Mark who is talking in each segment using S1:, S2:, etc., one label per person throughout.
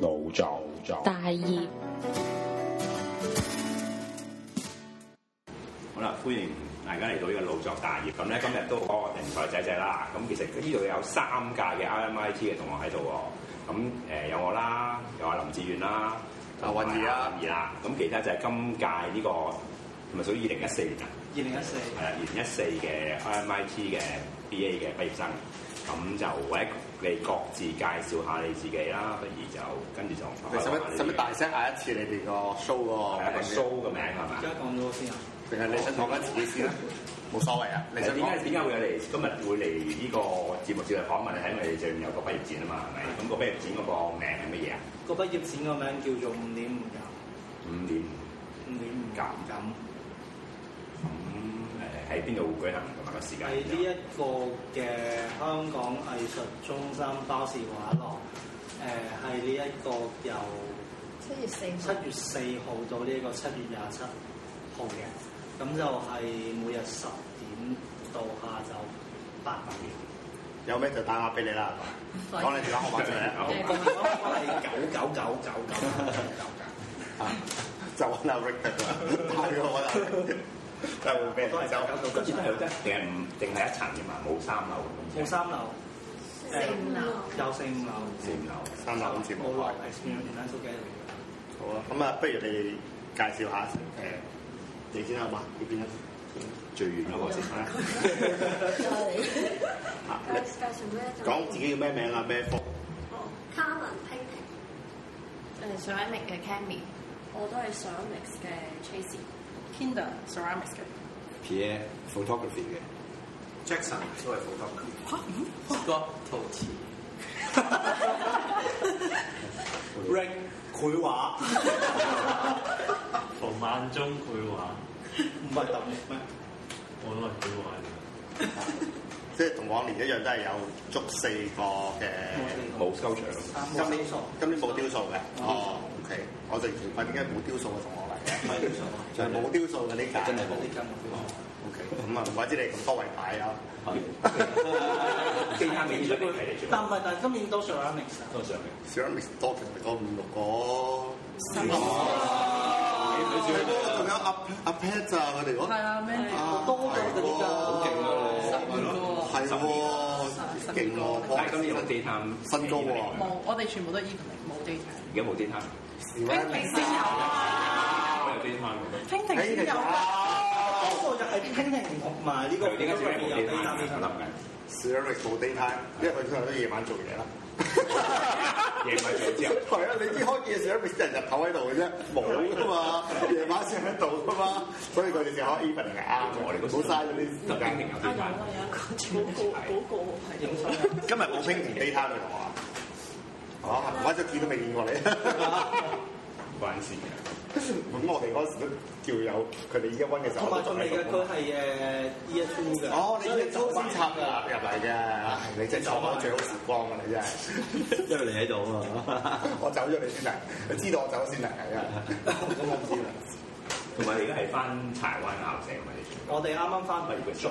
S1: 腦作
S2: 大業
S3: 好啦，歡迎大家嚟到呢個腦作大業。咁咧今日都好多人才仔仔啦。咁其實呢度有三屆嘅 RMIT 嘅同學喺度喎。咁誒、呃有我啦，有阿林志遠啦，
S4: 阿韻兒啦
S3: 韻兒啦。咁其他就係今屆呢、個係咪屬於二零一四年啊？
S4: 二零一四
S3: 係啦，二零一四嘅 RMIT 嘅 BA 嘅畢業生。咁就或者你各自介紹下你自己啦，不如就跟住就
S4: 你使唔使使唔使大聲嗌一次你哋個 show 嗰
S3: 係一
S4: 個
S3: 啊哦個
S4: 名
S3: show 嘅名係嘛
S5: 而？家講到先啊，
S4: 定係你想講緊自己先啊？冇所謂啊，你
S3: 其實
S4: 想
S3: 點解
S4: 講
S3: 點解會有嚟今日會嚟呢個節目接嚟訪問你？係因為你最近有個畢業展啊嘛，係咪？咁個畢業展嗰個名係乜嘢啊？
S5: 個畢業展個名叫做五點五九，
S3: 五點
S5: 五點五
S3: 九
S5: 咁
S3: 嗯咁誒喺邊度舉行同埋個時間？啊
S5: 係呢一個嘅香港藝術中心包氏畫廊，誒係呢一個由
S2: 七月四
S5: 七月四號到呢一個七月廿七號嘅，咁就係每日十點到下晝八點。
S4: 有咩就打電話俾你啦，講你電話號碼出嚟 啊，
S5: 個電話號碼係九九九九九九九九。
S4: 就揾阿 Rick 得 啦，打電話揾阿 Rick，就會俾人
S5: 都係
S4: 走。
S5: 九九
S3: 跟住
S5: 九九
S3: 都係有得定係唔定係一層嘅嘛，冇三樓。
S5: 冇三樓，
S2: 四五樓
S5: 有四五樓。
S3: 四五樓。
S4: 三樓今次冇
S5: 冇落
S4: 開，
S5: experience 啦，都嘅。
S4: 好啊，咁啊，不如你哋介紹下誒你先好嘛？呢邊啊，
S3: 最遠嗰個先啦。
S4: 啊
S6: 介
S4: 你
S6: 介紹咩？
S4: 講自己叫咩名啊？咩科？
S6: 哦，卡文批
S2: 誒
S6: 評，
S2: ceramic 嘅 Cammy
S6: 我都係 ceramics 嘅 Tracy。
S2: Kinder ceramics 嘅
S7: Pierre photography 嘅，
S4: Jackson 都係普通。
S5: Scott 陶瓷
S4: Rick 繪畫。
S8: 馮萬中繪
S5: 啊
S8: 畫，
S5: 唔係特別咩？
S8: 我都係繪畫嘅。
S4: 即係同往年一樣，都係有足四個嘅。
S3: 冇收場。
S4: 今年今年冇雕塑嘅。哦，OK，我就奇怪點解冇雕塑嘅同學嚟嘅，
S5: 唔係雕塑，
S4: 就係冇雕塑嘅呢屆。
S7: 真係冇
S5: 呢間冇雕塑。
S4: OK，咁啊，唔怪之你咁多圍牌啊。
S3: 四間美術係你做。
S5: 但唔係，但係今年都 ceramics 啊。
S3: 多上嘅。
S4: 小 m i s 多其實個五六個。哦仲有阿阿 Pat 啊，佢哋嗰
S2: 係啊 m a n
S4: 啊
S5: 多到嗰啲㗎好
S3: 啊
S5: 勁
S4: 係喎，勁喎！
S3: 但係今年有 data
S4: 新高喎
S2: 冇，我哋全部都 evening 冇 data。
S3: 而家冇 data。
S2: Painting 先有啊
S3: 我有 data 嘅。
S2: ，Painting 先有啊。
S5: 嗰個就係 painting 同埋呢個
S3: 佢點解先係冇
S5: photography 有
S3: data 嘅？我諗
S5: data
S3: 緊。
S4: 小 m i s 冇 day time，因為佢通常都夜晚做嘢啦。
S3: 夜晚做之後。
S4: 係啊，你知開夜市啲人日頭喺度嘅啫，冇噶嘛，夜晚先喺度噶嘛，所以佢哋就開 even 嘅啱嘅，我哋好嘥咗啲時間。
S3: 有啲難。
S5: 影相啊
S4: 今日冇拼停 data 嘅同學啊，哦，我一見都未見 過你。
S3: 關事嘅。
S4: 咁我哋嗰時都叫有，佢哋依家温嘅時候，我都
S5: 同埋佢
S4: 仲
S5: 哋
S4: 喺
S5: 嘅
S4: 度
S5: 佢。係誒 year two 嘅。
S4: 哦，你
S5: 所以
S4: 一早先插入
S5: 㗎。
S4: 嚟嘅，唉你真係錯過最好時光啊！你真係，
S7: 因為你喺度啊嘛。
S4: 我走咗你先嚟，你知道我走先嚟係啊，咁我唔知啦。
S3: 同埋你而家係翻柴灣校舍嘛？你
S5: 我哋啱啱翻嚟咗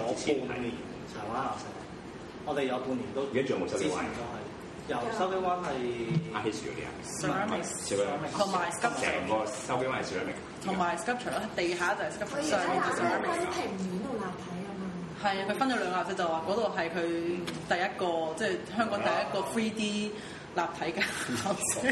S5: 半年，柴灣校舍。我哋有半年都。
S3: 而家仲有冇收
S5: 之
S3: 尾
S5: 前
S3: 灣？
S5: 就係由收尾灣係。
S3: 阿 h i s 嗰啲啊，
S2: ceramics 同埋 sculpture
S3: 成個收尾灣係 ceramic。
S2: 同埋 sculpture 啦，地下就係
S6: 我而
S2: sculpture，
S6: 家
S2: 上面就
S6: 立
S2: ceramics。
S6: 喺平面度立體啊嘛，
S2: 係啊，佢分咗兩個立體，就話嗰度係佢第一個，即係香港第一個 3D 立體嘅校舍。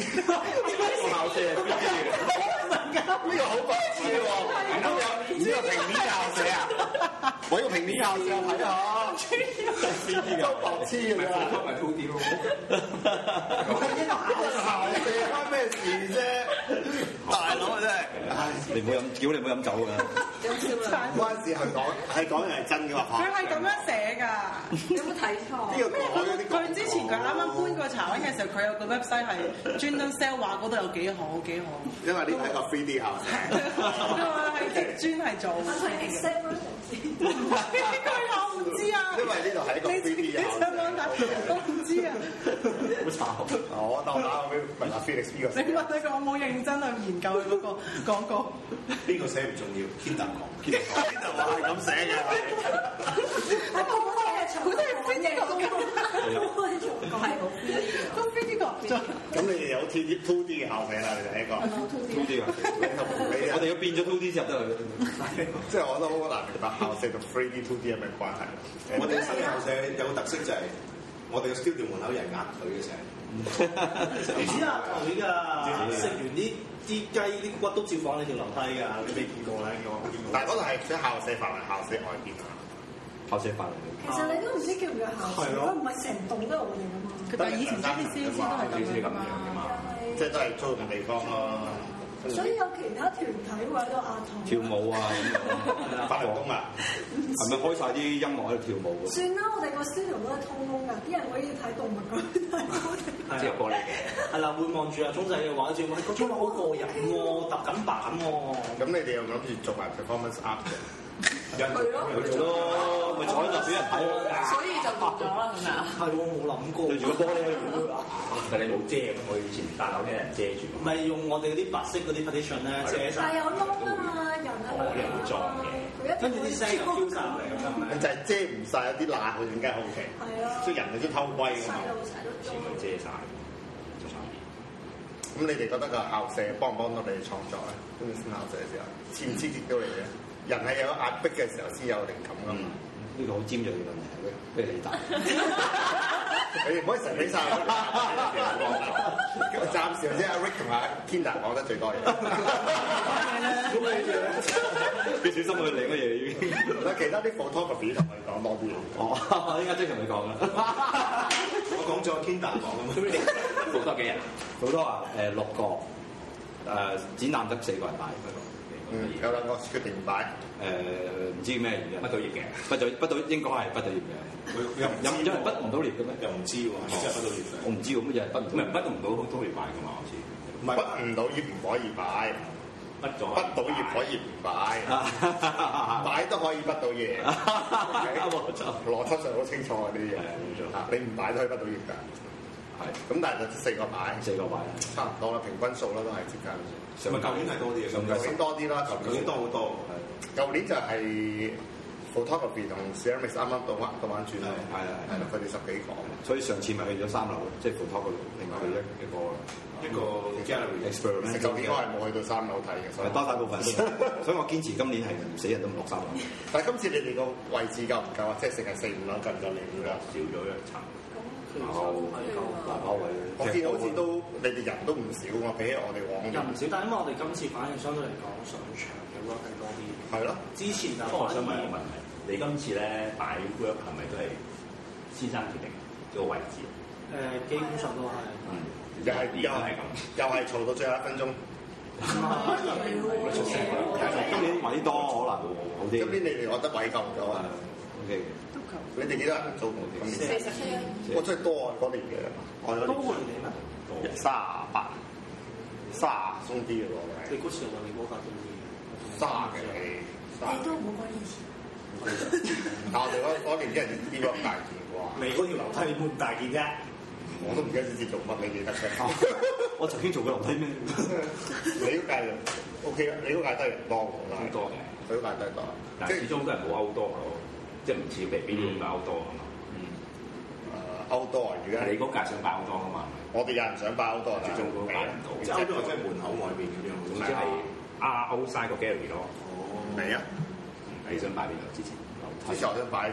S4: 校舍係 邊呢個好白痴喎！呢個平面校舍啊，我呢個平面校舍啊睇下，真係白痴
S3: 咪
S4: 㗎啦！
S3: 咪 two D 咯，
S4: 校舍關咩事啫？大佬真係，唉，
S7: 你唔好飲，屌你唔好飲酒㗎。
S4: 關事係講係講人係真㗎嘛？
S2: 佢係咁樣寫㗎。
S6: 有冇睇錯？
S4: 呢個
S2: 咩？
S4: 改咗啲
S2: 佢佢之前佢啱啱搬過茶灣嘅時候，佢有個 website 係專登 sell 話嗰度有幾好幾好，
S4: 因為呢個係個 3D 校舍。
S2: 佢話係即專係做。
S6: 我係 exact version
S2: 佢話我唔知啊，
S4: 因為呢度係一個
S2: 你自
S4: 3D
S2: 己
S4: 嘅校
S2: 上網睇，我唔知啊。
S4: 我當打個俾問阿 Felix 呢
S2: 你問你個我冇認真去研究佢嗰個廣告。
S4: 呢個寫唔重要，天特講，天特話係咁寫嘅，
S6: 係。我講嘅係錯
S9: 佢都係 free 呢
S6: 我哋做講係好
S9: 個，都
S6: free
S9: free 呢個。
S4: 咁你哋有 T D two D 嘅校舍啦，你哋係一個。
S10: two D 啊！
S4: 你
S10: 我哋要變咗 two D 入得去。
S4: 即係我覺得好難明白校舍同 three D two D 有咩關係。
S11: 我哋新校舍有個特色就係我哋嘅 studio 門口有人壓佢嘅成日。
S5: 唔止啊，佢㗎，食完呢啲雞啲骨都照放你條樓梯㗎，
S10: 啊
S5: 你未見過啦，我見過。
S4: 但係嗰度係喺校舍範圍、校舍外邊啊。
S10: 校舍法嚟
S6: 其實你都唔知叫唔叫校
S5: 係
S6: 舍，
S5: 咯
S6: 佢唔係成棟都係我哋㗎嘛。
S9: 佢但係以前啲 C C 都係咁樣㗎嘛。
S4: 即係都係租嘅地方咯。
S6: 所以有其他團體會喺度壓堂。
S10: 跳舞啊咁樣，
S4: 法輪功啊，
S10: 係咪開晒啲音樂喺度跳舞 啊㗎？
S6: 算啦，我哋個 studio 都係通風㗎，啲人可以睇動物㗎，但係我哋
S5: 係啊
S3: 即係玻璃嘅。
S5: 係啦，會望住阿鐘仔嘅畫，仲喂個鐘好過癮喎，揼緊板喎。
S4: 咁你哋又諗住做埋 performance art 嘅？
S6: 係咯
S10: 咪做咯，咪坐喺度俾人睇咯。
S12: 所以就落咗啦，係咪啊？
S5: 係喎，冇諗過。
S10: 對住個玻璃
S3: 但係你冇遮㗎，我以前大樓啲人遮住㗎嘛。
S5: 咪用我哋嗰啲白色嗰啲 partition 咧遮
S6: 但係
S5: 晒，
S6: 有窿啊嘛，人啊嘛，佢一
S5: 跟
S6: 定
S5: 住
S6: 會
S5: 啲聲又飄晒嚟咁樣。
S4: 就係遮唔晒有啲罅，佢更加好奇。
S6: 係啊，
S4: 所以人哋都偷窺㗎
S6: 細
S4: 嘛。
S6: 路仔都
S3: 全部遮晒。仲有
S4: 咁你哋覺得個校舍幫唔幫到你哋創作咧？咁你先校舍嘅時候，刺唔刺激到你哋？人係有壓迫嘅時候先有靈感㗎嘛。
S10: 嗯呢個好尖鋭嘅問題，不如你答。
S4: 你唔可以成起晒 我哋嘅講座。咁暫時或者阿 Rick 同阿 Kinda 講得最多嘢。
S10: 你小心佢領嘅嘢已經。
S4: 嗱，其他啲 photography 同我哋講多啲。
S10: 哦，我依家即係同你講啦。
S11: 我講咗 Kinda 講啊嘛，
S3: 好多嘅人，
S10: 好多啊，誒六個，誒、展覽得四個人擺，
S4: 嗯，有兩個決定唔擺。
S10: 誒、唔知咩原因，
S3: 乜
S10: 畢
S3: 到業嘅。
S10: 畢咗畢到應該係畢咗業嘅，
S11: 佢佢又唔
S10: 有
S11: 知
S10: 有人畢唔到業嘅咩？
S11: 又唔知喎，真係不到業
S10: 我唔知喎，乜嘢係畢唔
S3: 咁人
S10: 到業？
S3: 畢唔到好多要買㗎嘛，好似
S4: 唔係畢唔到業唔可以擺，
S3: 畢咗
S4: 畢到業可以唔 擺，擺都可以畢到嘢。
S10: 冇錯，
S4: 邏輯上好清楚啊呢啲嘢
S10: 係啊冇錯
S4: 啊，你唔擺都可以畢到業㗎。
S10: 係
S4: 咁但係就四個擺，
S10: 四個擺，
S4: 差唔多啦，平均數啦都係接近。
S11: 嘅，啊咪舊年係多啲嘅，
S10: 上
S11: 上
S10: 屆
S4: 舊年多啲啦，
S11: 舊年多好多，
S4: 舊年就係 photography 同 ceramics 啱啱倒玩倒玩轉啦，
S10: 係係係
S4: 係啦，佢哋十幾個。
S10: 所以上次咪去咗三樓，即係葡萄嗰度，另外去一一個
S11: 一個 gallery，
S4: 其實
S10: experiment。
S4: 舊年我係冇去到三樓睇嘅，所以
S10: 係多大部分都 係，所以我堅持今年係唔死人都唔落三樓。
S4: 但係今次你哋個位置夠唔夠啊？即係成日四五樓夠唔夠你㗎？
S3: 少咗一層。
S10: 大包位，
S4: 我見好似都你哋人都唔少喎，比起我哋往
S5: 又
S4: 年
S5: 唔少，但因為我哋今次反應相對嚟講上場嘅 work 係多啲，
S4: 係咯，
S5: 之前就
S3: 不過我想問一個問題，你今次咧擺 work 係咪都係先生決定個位置？
S5: 呃誒基本上都係。
S4: 嗯又係
S3: 而
S4: 又
S3: 家
S4: 係
S3: 係咁，
S4: 又係嘈到最後一分鐘。
S5: 啊
S4: 嗯
S10: 今年位多可能好啲。
S4: 今年你哋覺得位夠唔夠啊？
S10: O K
S9: 都夠。
S4: 你哋幾多人做過今年？
S12: 四十天，
S4: 我真係多啊！嗰年嘅，我
S5: 都
S4: 嗰
S5: 換你咩？
S4: 年三十八，三十鬆啲嘅
S5: 你
S4: 喎，
S5: 嗰時候你嗰發點
S4: 三
S5: 嘅
S4: 十幾，三
S6: 你都冇關以前。
S4: 但啊我哋嗰嗰年啲人啲咁大件
S5: 你
S4: 啩，
S5: 嗰條樓梯冇咁大件啫。
S4: 我都唔記得自己做乜，你記得 嘅？
S10: 我曾經做過樓梯咩？
S4: 你嗰屆就 O K 你嗰屆都係人多喎，
S3: 好
S4: 好
S3: 多嘅，
S4: 佢嗰屆都係多，
S3: 但
S4: 即
S3: 係
S4: 係
S3: 始終都係冇歐多咯，即係唔似 B B 咁嘅歐多啊嘛。
S4: 誒歐嗯多啊！而家
S3: 你嗰架想擺歐多啊嘛，
S4: 我哋有人想爆好多，但係啊
S3: 始終都擺唔到。
S11: 即係歐洲真係門口外邊咁樣，
S3: 總
S11: 好
S3: 之係 R O 晒個 gallery 咯。
S4: 你啊！
S3: 你想擺邊度之前？
S4: 之前我都擺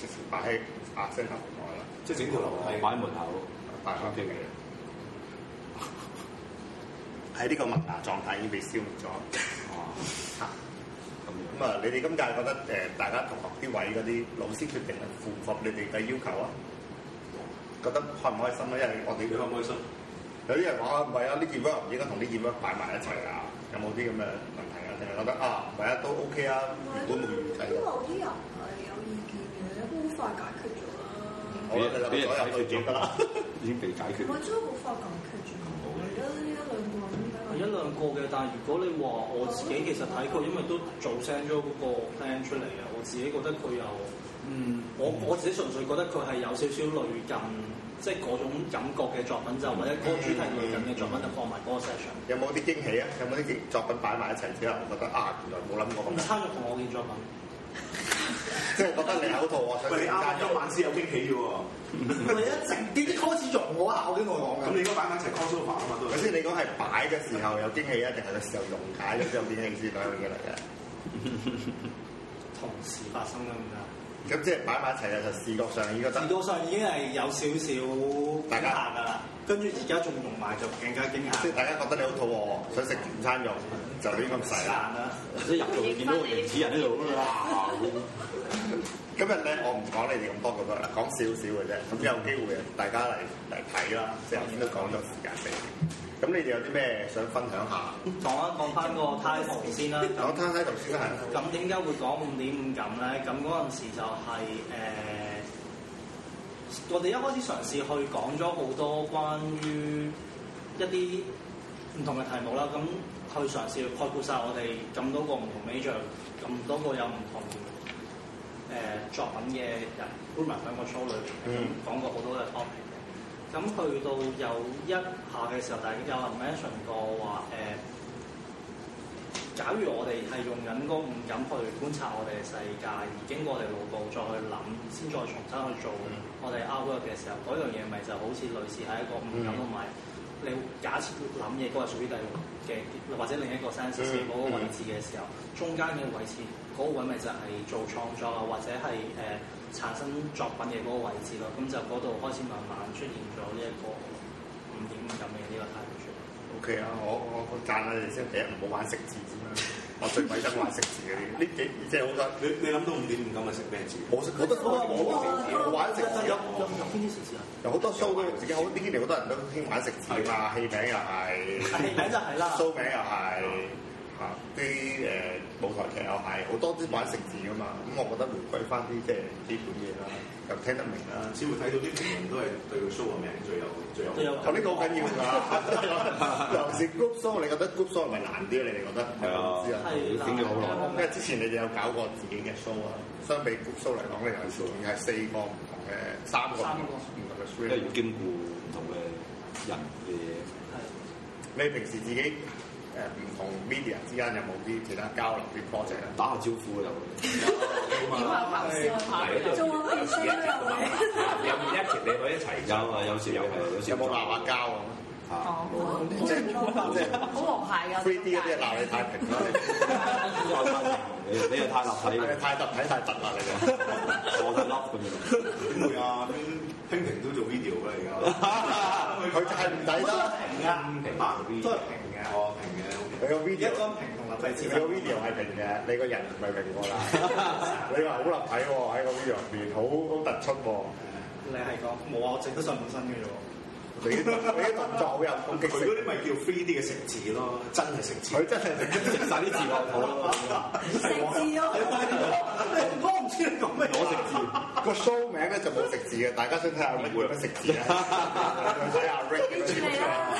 S4: 誒，直接擺喺呃亞星球外啦，
S11: 即係整條樓
S10: 擺
S11: 梯，
S10: 喺門口，
S4: 擺翻啲嘅。喺呢個萌芽狀態已經被消滅咗。哦咁啊，你哋今屆覺得誒，大家同學啲位嗰啲老師決定係符合你哋嘅要求啊？覺得開唔開心啊咧？因為我哋
S11: 你開唔開心？
S4: 有啲人話啊唔係啊，呢件 work 唔應該同呢件 work 擺埋一齊啊，有冇啲咁嘅問題啊？定係覺得啊，唔係啊，都 OK 啊，原本冇預計
S6: 因
S4: 嘅。
S6: 為有啲人係有意見嘅，好快解決咗啊啦。
S4: 好啦，你諗咗入去點㗎啦？
S10: 已經被解 決。
S6: 我都好快解決咗，係咯，一兩個人
S5: 有一兩個嘅，但係如果你話我自己其實睇佢，因為都做 send 咗嗰個 plan 出嚟啊，我自己覺得佢又，嗯，我我自己純粹覺得佢係有少少類近，即係嗰種感覺嘅作品就或者嗰個主題類近嘅作品就放埋嗰個 section。
S4: 有冇啲驚喜啊？有冇啲作品擺埋一齊之後，覺得啊，原來冇諗過咁
S5: 咁
S4: 樣。
S5: 餐肉同我件作品，
S4: 即係覺得你口吐，我想
S11: 喂，你啱啱今晚先有驚喜嘅喎，
S4: 你一啊直啲啲開始用我啊！我經我講
S11: 咁你應該擺翻齊 crossover 啊嘛都
S4: 首。先你講係擺嘅時候有驚喜啊，定係個時候溶解咗之後變興先擺嘅嚟嘅？
S5: 同時發生咁㗎。
S4: 咁即係擺埋一齊啊就視覺上已經覺
S5: 程
S4: 得
S5: 度上已經係有少少驚
S4: 大
S5: 嚇
S4: 家
S5: 㗎啦，跟住而家仲用埋就更加驚
S4: 即係
S5: 嚇。
S4: 大家覺得你好肚餓，想食午餐肉，就亂咁
S5: 散
S4: 使啦。
S5: 啦，
S3: 即係入到去見到個原始啊人喺度咁樣哇！
S4: 今日咧，我唔講你哋咁多咁多啦，講少少嘅啫。咁有機會啊大家嚟嚟睇啦，即係頭先都講咗時間俾你。咁你哋有啲咩想分享下？
S5: 講一講翻個 title 先啦。咁
S4: 講攤喺度先啦，
S5: 咁點解會講五點五咁咧？咁嗰陣時就係、誒、我哋一開始嘗試去講咗好多關於一啲唔同嘅題目啦，咁去嘗試去概括晒我哋咁多個唔同 major，咁多個有唔同誒、作品嘅人 r o o m e r 喺個 show 裏邊
S4: 嗯
S5: 講過好多嘅 topic 嘅。咁去到有一下嘅時候，大家有人 mention 過話呃誒、假如我哋係用緊嗰五感去觀察我哋嘅世界，而經過我哋腦部再去諗，先再重新去做我哋 outwork 嘅時候，嗰樣嘢咪就好似類似係一個五感
S4: 嗯
S5: 同埋。你假設諗嘢嗰個係屬於第六嘅，或者另一個 sense
S4: 嗯
S5: 嗰個位置嘅時候，中間嘅位置嗰、個位咪就係做創作啊，或者係誒、呃、產生作品嘅嗰個位置咯。咁就嗰度開始慢慢出現咗呢一個五點五咁嘅呢個態度出嚟。
S4: OK 啊，我我我讚下你先，第一唔好玩食字 先啦。我最鬼憎玩食字嗰啲，呢幾即係好多
S11: 你你諗到五點五咁係食咩字？
S4: 冇食好多好多冇玩食字咯。
S5: 有有邊啲事啊？
S4: 有好多 show 都自己好，呢啲年好多人都興玩食字㗎嘛，戲名又係，
S5: 戲名就係啦
S4: show 名又係，嚇啲誒舞台劇又係，好多啲玩食字㗎嘛。咁我覺得回歸翻啲即係基本嘢啦，又聽得明啦。
S11: 先會睇到啲評論都係 對個 show 個名最有最有。
S5: 最有
S4: 頭呢個好緊要 㗎，尤其是 group show，你覺得 group show 係咪難啲咧？你哋覺得？
S3: 係啊
S4: 唔知啊。
S5: 係啦
S3: 整咗好耐
S4: 因為之前你哋有搞過自己嘅 show 啊，相比 group show 嚟講，你有仲係四個唔同嘅三個唔
S5: 三個
S3: 因
S4: 同嘅
S3: 為
S4: show
S3: 要。兼顧唔同嘅人嘅嘢，
S5: 係
S4: 你平時自己誒唔同 media 之間有冇啲其他交流啲 project 啊？
S3: 打下招呼就
S13: 點下頭先下
S14: 係
S6: 做下皮箱啦，
S14: 有 reaction 你可以一齊
S3: 有啊，有時有係有時
S4: 有冇鬧下交啊？
S3: 啊？冇啊
S4: 即係即係
S13: 好和諧㗎。
S4: free 啲嗰啲鬧你太平啦，
S3: 你你又太立體
S4: 你
S3: 啦
S4: 你，太突睇太突啦你哋。
S3: 我就笠咁樣。
S11: 點會啊？興平都做 video 㗎而家，
S4: 佢就係唔抵得，
S11: 平啊，
S5: 都係
S11: 平嘅，哦平嘅，OK。
S4: 佢個
S5: 一個
S4: video
S5: 平同立體
S4: 你
S5: 之
S4: 個
S5: 分。
S4: video 係平嘅，你個人唔係平過啦。你話好立體喎，喺個 video 入邊好好突出喎。
S5: 你係講冇啊？我整得上半身嘅啫喎。
S4: 你啲你啲動作好有攻
S11: 佢
S4: 擊
S11: 嗰啲
S4: 性，
S11: 咪叫 three D 嘅食字咯，真係食字。
S4: 佢真係
S3: 食晒啲字落肚咯，
S6: 食字咯，
S5: 我唔知你講咩。
S3: 攞食字，
S4: 個 show 名咧就冇食字嘅，大家想睇下 Rick 點樣食字啊咧？睇下 Rick 點樣
S6: 記住你
S4: 食
S6: 啦。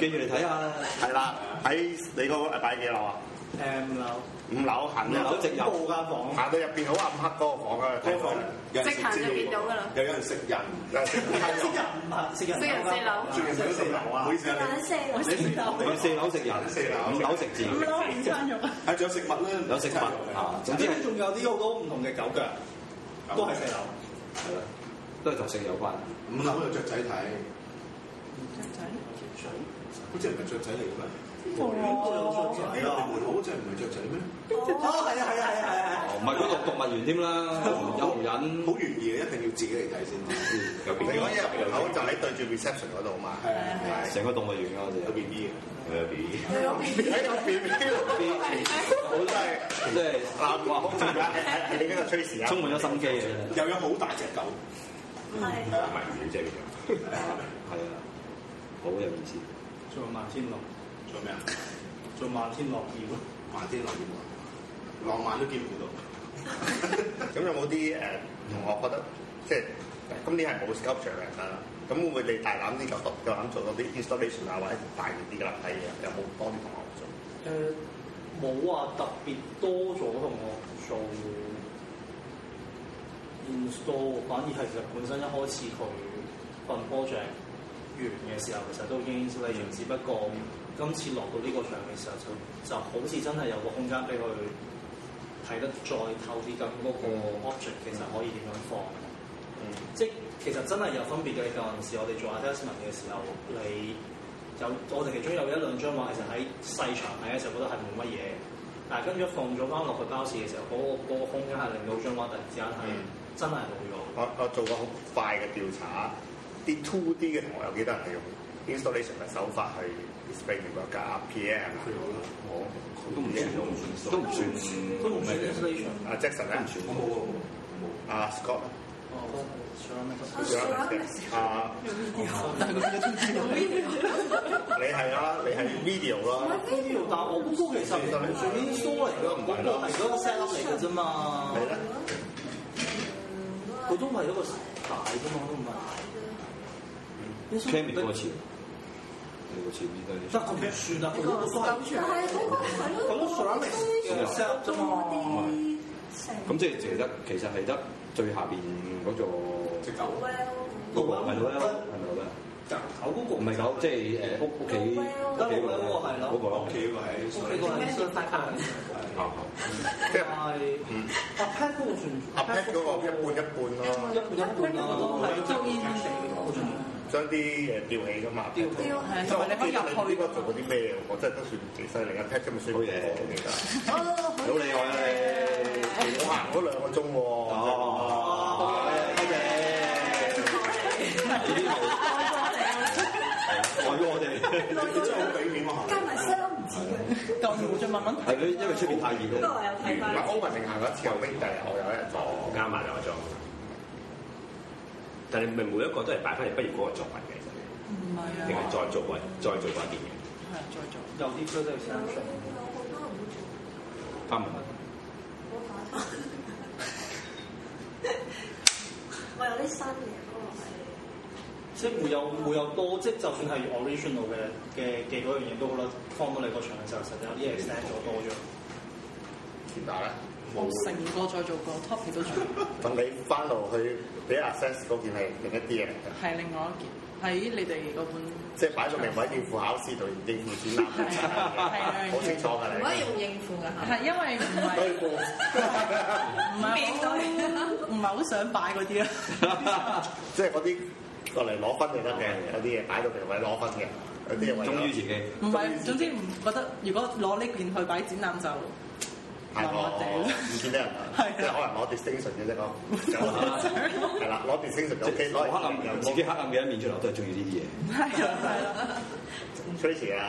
S3: 記住嚟睇下。
S4: 係啦，喺你嗰個擺幾樓啊？
S5: 誒唔樓
S4: 五樓行
S3: 五樓
S4: 入
S3: 直入
S5: 報間房。
S4: 行到入邊好暗黑嗰個房啊，
S11: 嗰個有人食
S13: 即行就見到㗎啦
S11: 又有人食人，
S5: 識人唔係識人
S13: 識人四樓
S11: 最近有四樓啊，唔好意思啊，
S6: 眼射我
S11: 你
S6: 先到，
S3: 你四樓食人，
S11: 四樓
S3: 五樓食字，
S10: 五樓午餐肉啊！
S11: 係仲有食物咧，
S3: 有食物啊，總
S5: 總
S3: 之
S5: 之
S3: 係
S5: 仲有啲好多唔同嘅狗腳，都係四樓。
S3: 係啦，都係同食有關。
S11: 五樓有雀仔睇，
S10: 雀
S11: 好
S10: 仔
S11: 似唔係雀仔嚟㗎嘛？
S10: 邊個啊？
S11: 你個門口嗰隻唔係雀仔咩？
S5: 哦，係啊，係啊，係啊，係啊。
S3: 哦，唔係嗰度動物園添
S4: 啊
S3: 啦，有紅人嗯
S11: 好懸疑嘅，一定要自己嚟睇先。
S14: 有
S4: 你
S14: 邊
S4: 講一入門口就喺對住 reception 嗰度嘛。
S11: 係啊係啊，
S3: 成個動物園㗎，我哋
S11: 有 B B
S4: 啊
S11: 嘅。
S14: 有邊
S4: 喺個邊嗱，哇，好而家
S3: 好真係，即係
S4: 係係你呢個趨勢啊！
S3: 充滿咗心機嘅，真係
S11: 又有好大隻狗，
S3: Ừ.
S6: 係
S14: 唔係遠啫，其實
S3: 係啊，好有意思。
S5: 做漫天狼，
S11: 做咩啊？
S5: 做漫天狼二
S11: 漫天浪漫，浪漫都兼顧到。
S4: 咁有冇啲誒同學覺得即係今年係冇 sculpture 嘅啦？咁會唔會你大膽啲夠夠膽做多啲 installation 啊，或者大啲嘅立體嘢？有冇多啲同學做？
S5: 誒呃冇話特別多咗同我做 install，反而係其實本身一開始佢份 project 完嘅時候，其實都已經 installation，只不過今次落到呢個場嘅時候就就好似真係有個空間俾佢提睇得再透啲，咁嗰個 object 其實可以點樣放？即係其實真係有分別嘅。舊陣時我哋做 assessment 嘅時候，你有我哋其中有一兩張畫，其實喺細場睇嘅時候覺得係冇乜嘢，但係跟住一放咗翻落去包市嘅時候，嗰、個嗰個空間係令到張畫突然之間係
S4: 嗯
S5: 真係冇咗。
S4: 我我做過好快嘅調查，啲 two D 嘅同學有幾多人係用 installation 嘅手法去 display 如果加 RPM 啊？我
S3: 都唔算，都唔算，都唔算，
S5: 都唔算 installation。
S4: 阿啊 Jackson 咧，
S11: 我冇喎，冇冇。
S4: 阿 Scott 啊
S5: 哦，ceramic
S4: 咧，啊，你係啦，你係 video 啦，
S5: 呢條但係我嗰個其實唔算 install 嚟㗎，嗰個係嗰個 set up 嚟㗎啫嘛
S4: 你。咧
S5: 佢都係一個大啫嘛，都唔係。
S10: Cammy 嗰個潮，你個潮邊都
S5: 但佢唔算啊，佢嗰個都係
S6: 但係嗰個係咯，
S5: 嗰啊個 ceramic 嘅 set up 啫嘛。
S6: 啲
S10: 咁即係其實其實係得最下邊嗰座
S11: 隻
S6: 狗
S11: 狗
S6: 咧，
S10: 嗰個係咪咧？啊係咪咧？
S5: 狗嗰個
S10: 唔係狗，即係誒屋屋企屋企嗰個
S11: 屋企位，
S5: 屋企個係
S4: 即
S5: s e t 但
S4: 係
S5: 係阿 Pat 嗰個算
S4: 阿 Pat 嗰個一半一半
S5: 一
S4: 咯，
S5: 半一半啦，都係
S2: 做 in
S4: 將啲嘢吊起㗎嘛。
S5: 吊
S4: 即
S5: 起
S4: 係
S2: 係同埋你可以
S4: 我唔記得
S2: 入去
S4: 你呢個做過啲咩？我真係都算幾犀利啊！Pat 今日算好嘢，我記得。
S10: 好厲害啊你！
S4: 我行咗兩個鐘喎。
S10: 哦，多謝，呢啲係代表我哋，
S11: 真係好俾面我行。
S6: 加埋 set 唔止嘅，
S2: 夠用啫嘛，
S10: 係佢因為出邊太熱
S6: 不過
S10: 啦。
S6: 我有睇
S4: 嗱，
S6: 翻。
S4: 歐文成行咗一次，後尾第日我有一日
S3: 哦，加埋兩個鐘。但係你咪每一個都係擺翻你畢業嗰個作品嘅，其
S2: 唔係啊，
S3: 實定係再做過再做過一件嘢。
S2: 係再做。
S5: 有啲區都係 s e t
S3: 花文
S6: 我有啲新嘢，不過 係。
S5: 即係會有會有多，即係就算係 original 嘅嘅嘅嗰樣嘢都好啦，放到你個場嘅時候，實有啲嘢 extend 咗多咗。
S4: 鐵打咧。
S2: 啊我成個再做個 topic 都做，
S4: 問你翻路去俾 access 嗰件係另一啲嘢嚟嘅，
S2: 係另外一件喺你哋嗰本，
S4: 即係擺到明位應付考試同應付展覽嘅差
S2: 啊
S4: 別嘅，好清楚㗎
S13: 唔可以
S4: 你。
S13: 用應付㗎嚇。
S2: 係因為唔係
S4: 對付
S2: 唔係好唔係好想擺嗰啲啊啦，
S4: 即係嗰啲過嚟攞分就得嘅，有啲嘢擺到明位攞分嘅，有啲嘢為咗
S10: 忠於自己，
S2: 唔係總之唔覺得如果攞呢件去擺展覽就麻
S4: 係
S2: 麻地
S4: 我
S2: 啦，
S4: 唔見得人啊，即係可能攞 distinction 嘅啫 講，係啦，攞 distinction 就
S10: 即
S4: OK，
S10: 係
S4: 攞
S10: 我黑暗自己黑暗嘅一面出嚟，我都係中意呢
S2: 係啊啦係啦，
S4: Tracy 啊，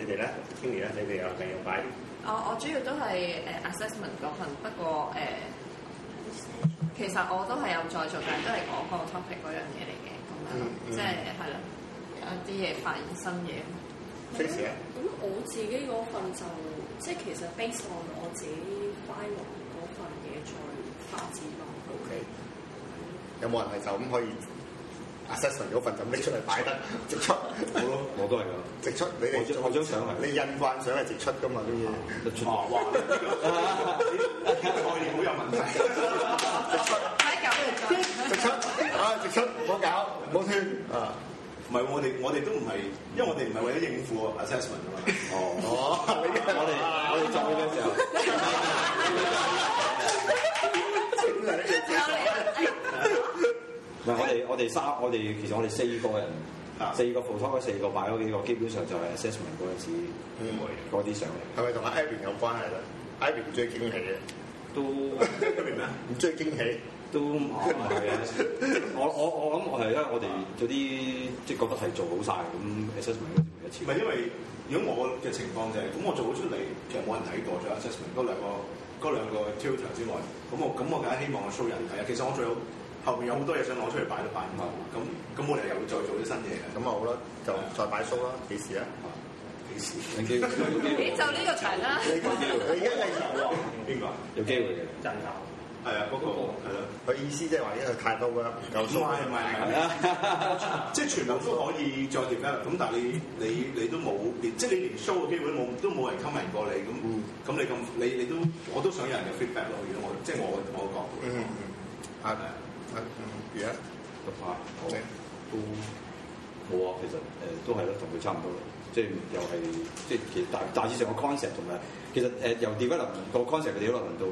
S4: 你哋咧 k i n n y 咧，你哋啊又係用擺
S13: 我我主要都係誒 assessment 嗰份，不過誒其實我都係有在做，但係都係嗰個 topic 嗰樣嘢嚟嘅，咁樣
S4: 嗯嗯
S13: 即係係啦，有一啲嘢發現新嘢。
S4: Tracy 咧，
S15: 咁我自己嗰份就即係其實 base on 我自己 final 嗰份嘢再發展落去。
S4: OK，有冇人係就咁可以 assessment 嗰份就拎出嚟擺得直出？
S10: 啲嘢。好咯，我都係㗎。
S4: 直出你哋
S10: 我張我張相嚟啊
S4: 你印慣相係直出噶嘛啲嘢，
S10: 得出
S11: 哇哇！呢個概念好有問題。
S13: 喺九月再
S4: 直出啊直出，唔好搞唔好斷啊！
S11: 唔係我哋我哋都唔係，因為我哋唔係為咗應付 assessment 啊嘛。哦，
S4: 哦，
S10: 我哋我哋做嘅時候，
S4: 整兩隻
S13: 有嚟啦
S10: 唔係我哋我哋三我哋其實我哋四個人
S11: 啊，
S10: 四個 p h o 四個擺咗幾個，基本上就係 assessment 嗰陣時
S4: 嗯
S10: 嗰啲相嚟，
S4: 係咪同阿 Ivy 有關係咧？Ivy 唔中意驚喜嘅，
S10: 都
S11: 明咩？
S4: 唔中意驚喜，
S10: 都唔係嘅。我我我諗我係因為我哋嗰啲即係覺得係做好晒咁 assessment 嗰啲一次
S11: 唔。係因為如果我嘅情況就係、咁，我做咗出嚟，其實冇人睇過咗 assessment 嗰兩個嗰兩個 tutor 之外，咁我咁我梗係希望我 show 人睇啊。其實我最好後面有好多嘢想攞出嚟擺都擺唔到，咁咁我哋又再做啲新嘢嘅。
S4: 咁啊好啦，就再擺 show 啦，幾時啊？
S11: 幾時？
S10: 有機會，有機
S13: 你
S10: 會
S13: 就，呢個題啦。
S4: 你你而家係有
S11: 邊個啊？
S10: 有機會嘅。
S5: 人流
S11: 係啊，嗰、個係咯。
S4: 佢意思即係話因為太多啦，唔夠
S11: 唔
S4: show
S11: 哦係唔係唔係。 即係全部都可以再 develop，咁但係你你你都冇，連即係你連 show 嘅機會都冇，都冇人 comment 過你咁，
S4: 嗯
S11: 咁、你咁你你都我都想有人嘅 feedback 咯。如果我即係我我角度
S4: 嗯嗯嗯，啊啊嗯，而家
S10: 咁啊，
S4: 你
S10: 都冇啊，其實誒、都係啦，同佢差唔多啦，即係又係即係其實大大致上個 concept 同埋其實誒、由 development 個 concept 嘅 development 到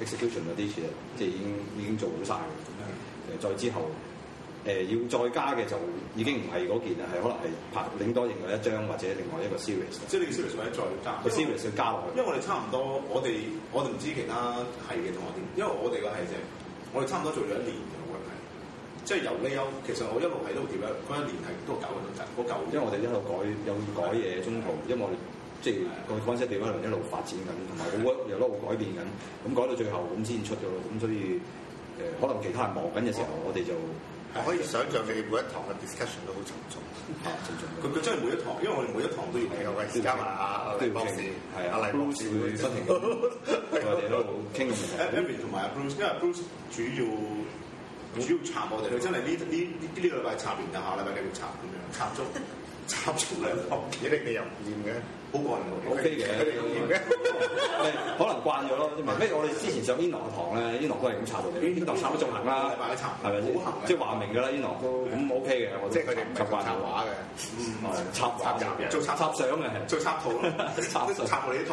S10: execution 嗰啲，其實即係已經已經做好晒嘅。誒再之後誒、呃要再加嘅就已經唔係嗰件啦，係可能係拍另多另外一張或者另外一個 series 啦
S11: 即係你嘅 series 或者再加
S10: 個 series 要加落去
S11: 因為。我哋差唔多，我哋我哋唔知其他係嘅同學點，因為我哋個係啫，我哋差唔多做咗一年嘅，我覺得係，即係由 layout，其實我一路喺度點樣，嗰一年係都搞緊嗰陣，嗰舊
S10: 因為我哋一路改有改嘢中途，因為我哋即係個方式地方一路發展緊，同埋個 work 又一路改變緊，咁改到最後咁先出咗咯，咁所以誒、可能其他人忙緊嘅時候，我哋就
S4: 我哦可以想象你每一堂嘅 discussion 都好沉重。
S11: 哦
S10: 啊正常
S11: 佢佢真係每一堂，因為我哋每一堂都要
S4: 係啊，喂，而家埋阿
S10: 都
S4: 黎
S10: 要
S4: 博
S10: 傾
S4: 士，，
S10: 係啊
S4: 阿黎博士
S10: ，Bruce 會不停咁我 哋一路傾嘅問題。
S11: Evan 同埋 Bruce，因為 Bruce 主要主要插我哋，
S10: 嗯
S11: 佢真係呢呢呢呢個禮拜插完，就下禮拜繼續插咁樣，插足插足兩堂，
S4: 咦，你哋又唔厭哦嘅？
S11: 好過癮喎
S10: O K 嘅，
S4: 佢哋又厭 嘅。
S10: 咪可能慣咗咯，唔係咩？我哋之前上 i n 嘅堂咧 i n 都係咁插到你 i n 插得仲行啦
S11: 禮，拜一插，
S10: 係咪先
S11: 好行啊？
S10: 即係話明㗎啦 i n 都咁 O K 嘅，我
S4: 即係佢哋唔係
S10: 習
S4: 咁
S10: 慣
S4: 插
S10: 咗。嗯
S4: 畫
S10: 係
S4: 嘅，
S10: 插畫
S4: 插人
S10: 做插插相嘅係。，
S11: 做插圖咯
S10: 插圖
S11: 插我哋啲圖，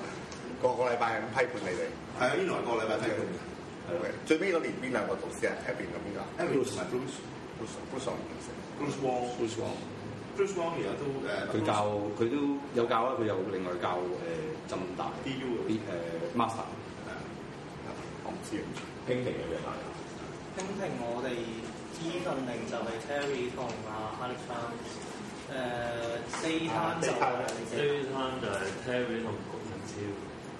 S4: 個個禮拜係咁批判你哋。
S11: 係啊，原來個禮拜睇佢。
S10: 係咯
S4: 最尾嗰年邊兩個導師啊？Evan 同邊個
S11: Evan 同埋 Bruce。
S4: ？Bruce，Bruce 唔識。
S11: Bruce Wong。Bruce Wang，Bruce Wang 而家都
S4: Uh,
S11: 誒，
S10: 佢教佢都有教啊啦，佢有另外教誒浸大
S11: DU 嗰啲
S10: 啲誒 master
S4: 啊 Uh, 我唔知啊。
S3: 傾平嘅大家。
S5: 傾聽我哋依份令就係 Terry 同阿 Alex 誒四攤就
S16: 呢
S5: 係
S16: 餐就係 Terry 同郭文超，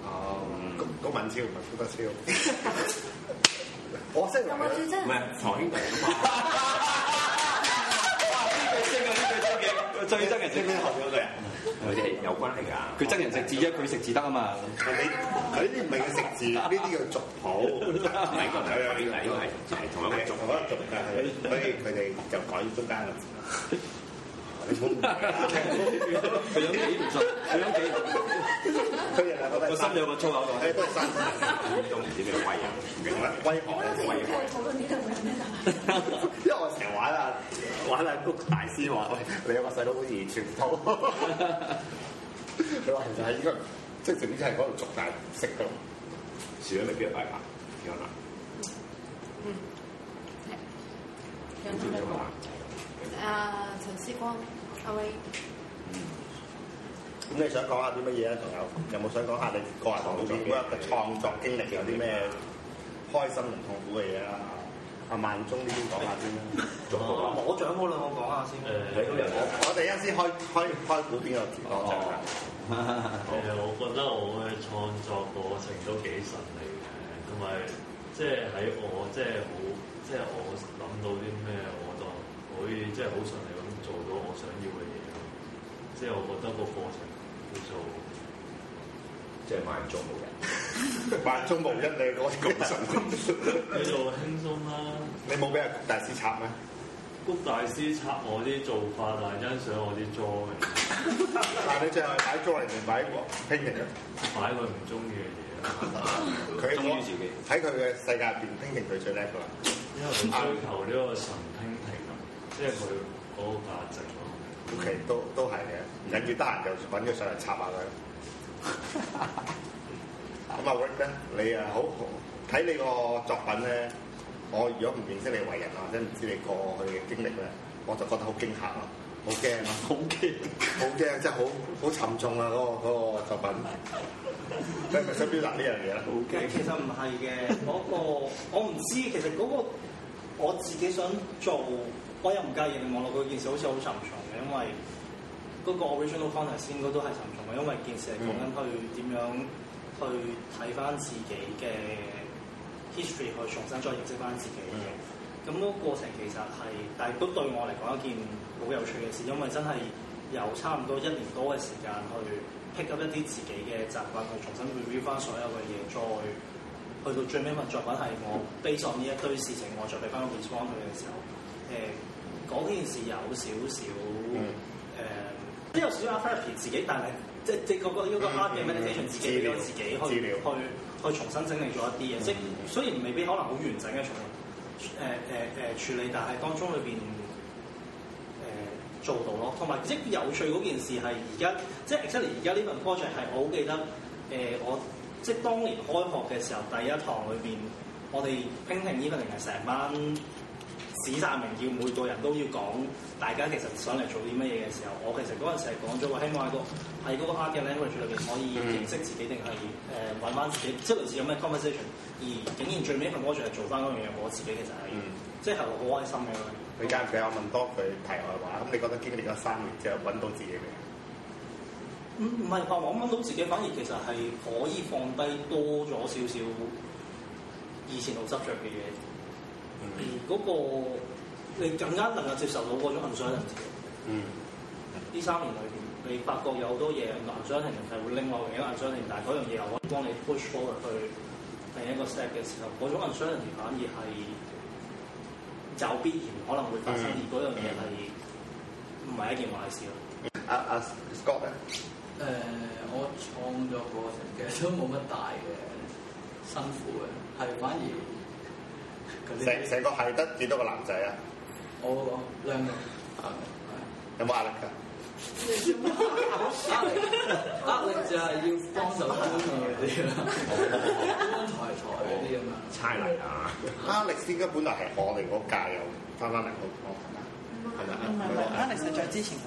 S4: 哦，高高敏超唔係高德超。 我識
S6: 有冇最真
S3: 唔？係堂兄弟 啊嘛，
S10: 最憎人食咩學咗佢啊？
S3: 佢哋有關係㗎。
S10: 佢憎人食字啫，佢食字得啊嘛。
S4: 你佢呢啲唔係叫食字，呢啲叫族
S3: 好，唔係個唔係堂兄弟，呢個係係同一個
S4: 係
S3: 族
S4: 仲。可能族㗎，所以佢哋就講中間啦。你唔好誤會啊
S10: 佢有幾唔順，佢有幾唔順
S4: 佢哋兩個都
S10: 個
S4: 係山
S10: 心有個粗口度。
S4: 誒都係山
S3: 都唔知咩威啊，唔記得啦。
S4: 威海
S6: 我覺得佢哋討論呢度有咩
S4: 因為我成日玩啊玩啊谷大師話喂，你有個細佬好似完全唔同。佢話其實係應該即係總之係嗰度族大識㗎咯。
S3: 少咗未必係大牌，有啦。
S13: 有冇咩講？啊，陳思光，阿威，
S4: 咁你想講下啲乜嘢啊？仲有有冇想講下你個人嗰啲嘅創作經歷有啲咩開心同痛苦嘅嘢啦？阿萬中呢邊講下先啦。
S3: 仲好啊！
S5: 攞獎嗰兩個講下先。
S3: 你
S16: 誒
S3: 都有
S4: 我我哋一先開開開估邊個攞 獎啊？
S16: 哦誒，我覺得我嘅創作過程都幾順利嘅，同埋即係喺我即係好，即係我諗到啲咩，我就可以即係好順利咁做到我想要嘅嘢。即係我覺得個過程叫做
S3: 即係萬中無人，
S4: 萬中無一，你攞咁順，
S16: 叫做輕鬆啦。
S4: 你冇俾阿谷大師插咩？
S16: 谷大師插我啲做法，但係欣賞我啲 drawing，
S4: 但你最後擺 j o 定擺拼型啊？
S16: 擺佢唔中意嘅嘢。啊
S4: 佢
S10: 忠於自己
S4: 喺佢嘅世界入邊，拼型佢最叻噶啦。
S16: 因為追求呢個神聽平衡，即係佢嗰個價值咯。
S4: OK，都都係嘅。忍住得閒就揾佢上嚟插下佢。 咁啊 Rick 咧，你啊好好睇你個作品咧，我如果唔認識你為人啊，或者唔知你過去嘅經歷咧，我就覺得好驚嚇咯，好驚 啊，好驚，好驚，真係好好沉重啊！嗰、個嗰個作 品，你係咪想表達呢樣嘢咧？
S5: 其其實唔係嘅，嗰、個 我唔知。其實嗰、個我自己想做，我又唔介意你望落嗰件事好似好沉重嘅，因為嗰個 original context 應該都係沉重嘅，因為件事係講緊去點樣去睇翻自己嘅 history，去重新再認識翻自己嘅。咁嗰個過程其實係，但係都對我嚟講一件好有趣嘅事，因為真係由差唔多一年多嘅時間去 pick up 一啲自己嘅習慣，去重新 review 翻所有嘅嘢，再去到最尾份作品係我 base on 呢一堆事情，我再俾翻個 response 佢嘅時候，誒、講呢件事有少少誒，
S16: 嗯
S4: 嗯
S5: 都、呃有少少 therapy 自己，但係即係即係嗰個呢個 art 嘅 meditation 自己俾咗自己去
S4: 治療
S5: 去去重新整理咗一啲嘢，即係雖然未必可能好完整嘅重誒誒誒處理，但係當中裏邊誒呃做到咯。同埋即係有趣嗰件事係而家，即係 exactly 而家呢份 project 係我好記得誒、呃我即係當年開學嘅時候，第一堂裏邊我哋拼定呢份定係成班史曬明要每個人都要講，大家其實想嚟做啲乜嘢嘅時候，我其實嗰陣時係講咗話，希望喺個喺嗰個 art 嘅 language 裏邊可以認識自己，定係誒揾翻自己，即係類似咁嘅 conversation。而竟然最尾一份 project 係做翻嗰樣嘢，我自己其實係、即係好開心嘅。
S4: 嗯你介唔介意我問多句題外話？咁你覺得經歷咗三年之後揾到自己未？
S5: 唔唔係話我揾到自己，反而其實係可以放低多咗少少以前好執着嘅嘢，而嗰、個你更加能夠接受到嗰種 uncertainty。
S4: 嗯，
S5: 呢三年裏邊，你發覺有好多嘢 uncertainty 係會另外另一個 uncertainty，但係嗰樣嘢又可以幫你 push forward 去另一個 step 嘅時候，嗰種 uncertainty 反而係有必然可能會發生，而嗰樣嘢係唔係一件壞事咯。
S4: 阿阿 Scott 啊咧，
S17: 誒、我創作過程其實都冇乜大嘅辛苦嘅，係反而嗰啲
S4: 成成個係得幾多個男仔啊？
S17: 我兩個
S4: 有冇壓力㗎？
S17: 壓力壓力就係要幫手搬啊嗰啲啦，搬台台嗰啲咁樣。
S3: 差嚟啊！
S4: 壓力應該本來係我哋嗰屆又翻翻嚟嗰個係咪啊？
S2: 唔係唔係，Alex 係在之前嗰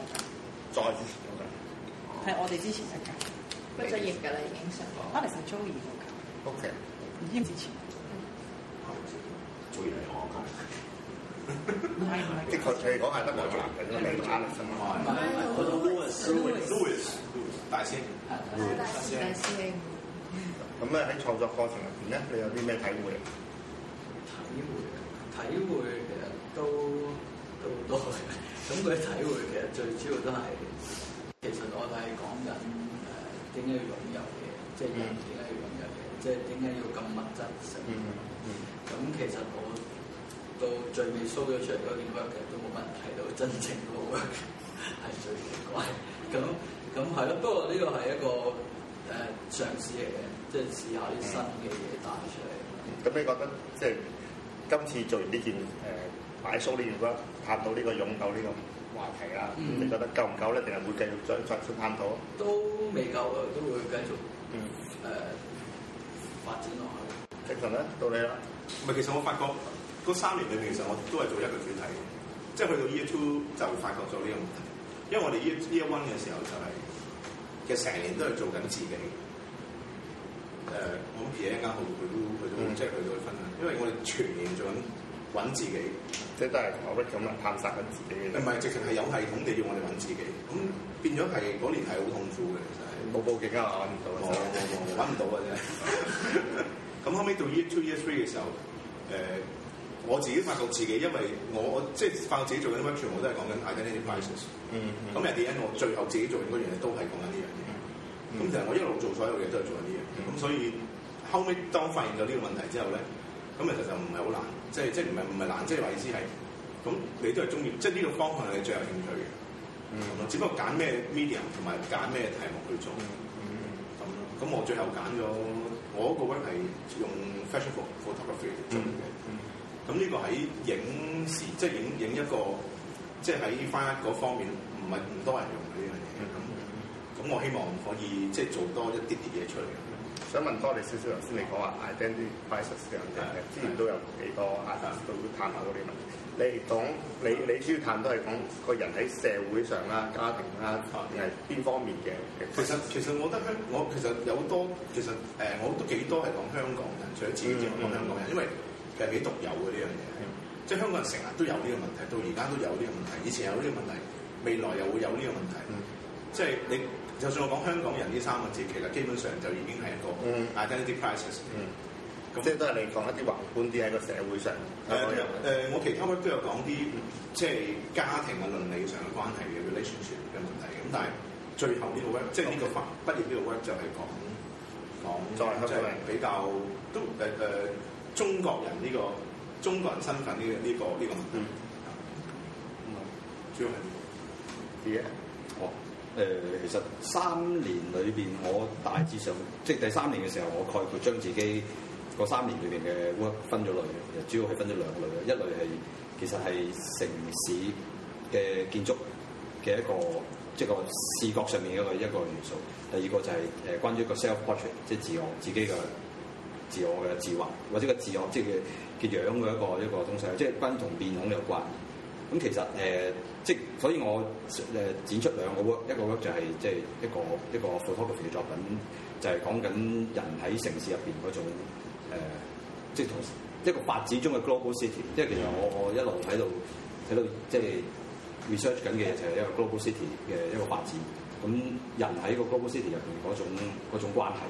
S4: 再之前嗰屆
S2: 間，係我哋之前嗰間
S13: 畢咗業㗎啦，已經上過。
S2: ，Alex 係 Joey 嗰間，
S4: O K。
S2: 唔知之前。
S3: 會嚟我講。
S2: 唔係唔
S4: 即係佢佢講係得兩個男仔啫嘛，你同 Alex 啊嘛。
S17: 我做
S11: Louis，Louis，大師兄，
S13: 大師大師兄，
S4: 咁咧喺創作過程入邊咧，你有啲咩體會？啊
S17: 體會，啊體會其實都都好多嘅。咁佢體會其實最主要都係，其實我哋係講緊誒點解要擁有嘢，即係人點解要擁有嘢，即係點解要咁物質性。咁其實我到最尾 show 咗出嚟嗰件 work 其實都冇乜人睇到真正嗰個 work 係最奇怪。咁咁係咯，不過呢個係一個誒、嘗試嚟嘅，即係試下啲新
S4: 嗯
S17: 嘅嘢帶出嚟。
S4: 咁你覺得即係今次做完呢件誒擺 show 呢件 work，探到呢個擁有呢個話題啦，
S17: 嗯
S4: 你覺得夠唔夠咧？定係會繼續再再次探討？
S17: 都未夠嘅，都會繼續誒、
S4: 嗯，
S17: 呃發展落去。
S4: 精神咧到你啦。
S11: 唔係，其實我發覺嗰三年裏面，其實我都係做一個主題嘅，即係去到 Year Two 就發覺咗呢個問題，因為我哋 Year Year One 嘅時候就係、其實成年都係做緊自己。誒、我諗 p i e r 啱好佢都佢都
S4: 嗯
S11: 即係佢都會分享，因為我哋全年做緊揾自己，
S4: 即係都係同我 Rick 咁啦，探索緊自己嘅。
S11: 唔係直情係有系統地要我哋揾自己，咁變咗係嗰年係好痛苦嘅，其實係。
S4: 冇報警啊，揾唔
S11: 我
S4: 到
S11: 我
S4: 啊
S11: 我揾唔到嘅啫。 咁後尾到 year two year three 嘅時候，誒、我自己發覺自己，因為我我即係發覺自己做緊 work，全部都係講緊 identity crisis。
S4: 真係。嗯
S11: 咁 at the end，我最後自己做緊嗰樣嘢都係講緊呢樣嘢。咁
S4: 嗯
S11: 其實我一路做所有嘢都係做緊呢樣嘢。咁所以後尾當發現咗呢個問題之後咧，咁其實就唔係好難，即係即係唔係唔係難，即係話意思係，咁你都係中意，即係呢個方向係你最有興趣嘅。
S4: 嗯
S11: 只不過揀咩 medium 同埋揀咩題目去做。
S4: 嗯
S11: 咁咯。咁我最後揀咗我嗰個 work 係用 fashion pho- photography 做
S4: 嗯
S11: 嘅。咁呢個喺影視即係影影一個即係喺翻嗰方面唔係唔多人用嘅呢樣嘢。咁咁我希望可以即係做多一啲啲嘢出嚟。
S4: 想問多你少少，頭先你講話 identity crisis 嘅問題咧，之前都有幾多 artist 都探討過呢個問題。你講你你主要探都係講個人喺社會上啦、家庭啦，定係邊方面嘅嘅？
S11: 啊其實其實我覺得香我其實有多其實誒、我都幾多係講香港人，除咗自己之外講香港人，因為其實幾獨有嘅呢樣嘢，即係香港人成日都有呢個問題，到而家都有呢個問題，以前有呢個問題，未來又會有呢個問題，即係你就算我講香港人呢三個字，其實基本上就已經係一個
S4: 嗯
S11: identity crisis 嚟嘅。
S4: 嗯，咁即係都係你講一啲宏觀啲喺個社會上。
S11: 誒、誒，我其他 work 都有講啲即係家庭嘅倫理上嘅關係嘅 relationship 嘅問題，咁但係最後呢個 work 即係呢個畢畢業呢個 work 就係講講
S4: 作為香
S11: 即
S4: 港
S11: 係
S4: 人
S11: 比較都誒誒、中國人呢、個中國人身份呢、個呢、個呢、個問題，
S4: 嗯啊
S11: 主要係呢
S4: 啲嘅。
S10: 哦，誒、其實三年裏邊，我大致上即係第三年嘅時候，我概括將自己嗰三年裏邊嘅 work 分咗類嘅，其實主要係分咗兩類嘅，一類係其實係城市嘅建築，嘅一個即係個視覺上面嘅一個一個元素。第二個就係、誒、關於一個 self portrait，即係自我自己嘅自我嘅自畫，或者個自我即係嘅嘅樣嘅一個一個東西，即係關於同面孔有關。咁其實誒、呃即係所以我誒、呃展出兩個 work，一個 work 就係即係一個一個 photography 嘅作品，就係講緊人喺城市入邊嗰種、呃、即係同一個發展中嘅 global city。即係其實我我一路喺度喺度即係 research 緊嘅嘢就係一個 global city 嘅一個發展。咁人喺個 global city 入邊嗰種嗰種關係。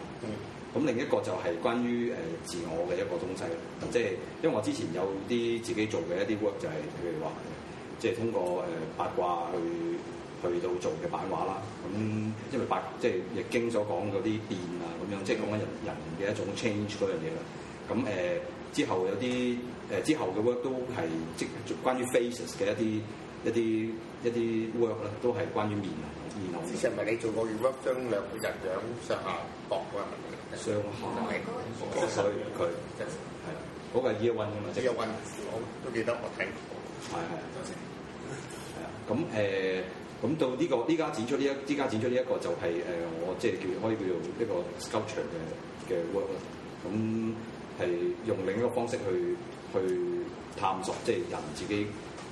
S10: 咁另一個就係關於誒、呃自我嘅一個東西啦，即係因為我之前有啲自己做嘅一啲 work 就係譬如話，即係通過誒、呃八卦去去到做嘅版畫啦。咁因為八即係易經所講嗰啲變啊咁樣，即係講緊人人嘅一種 change 嗰樣嘢啦。咁誒、呃之後有啲誒、呃之後嘅 work 都係即關於 faces 嘅一啲一啲一啲 work 啦，都係關於面啊面孔
S4: 之前咪你做過 work 將兩個人樣上下啊搏嗰個問題，
S10: 傷害
S11: 哦
S10: 佢佢
S4: 即係
S10: 係啦，嗰個係 year one 㗎嘛，即
S4: 有運，我都記得我睇
S10: 係
S4: 過。
S10: 係，多謝。係啊，咁誒，咁、到呢、個呢家展出呢一呢家展出呢一個就係、誒、我即係叫可以叫做一個 sculpture 嘅嘅 work 啦。咁係用另一個方式去去探索即係人自己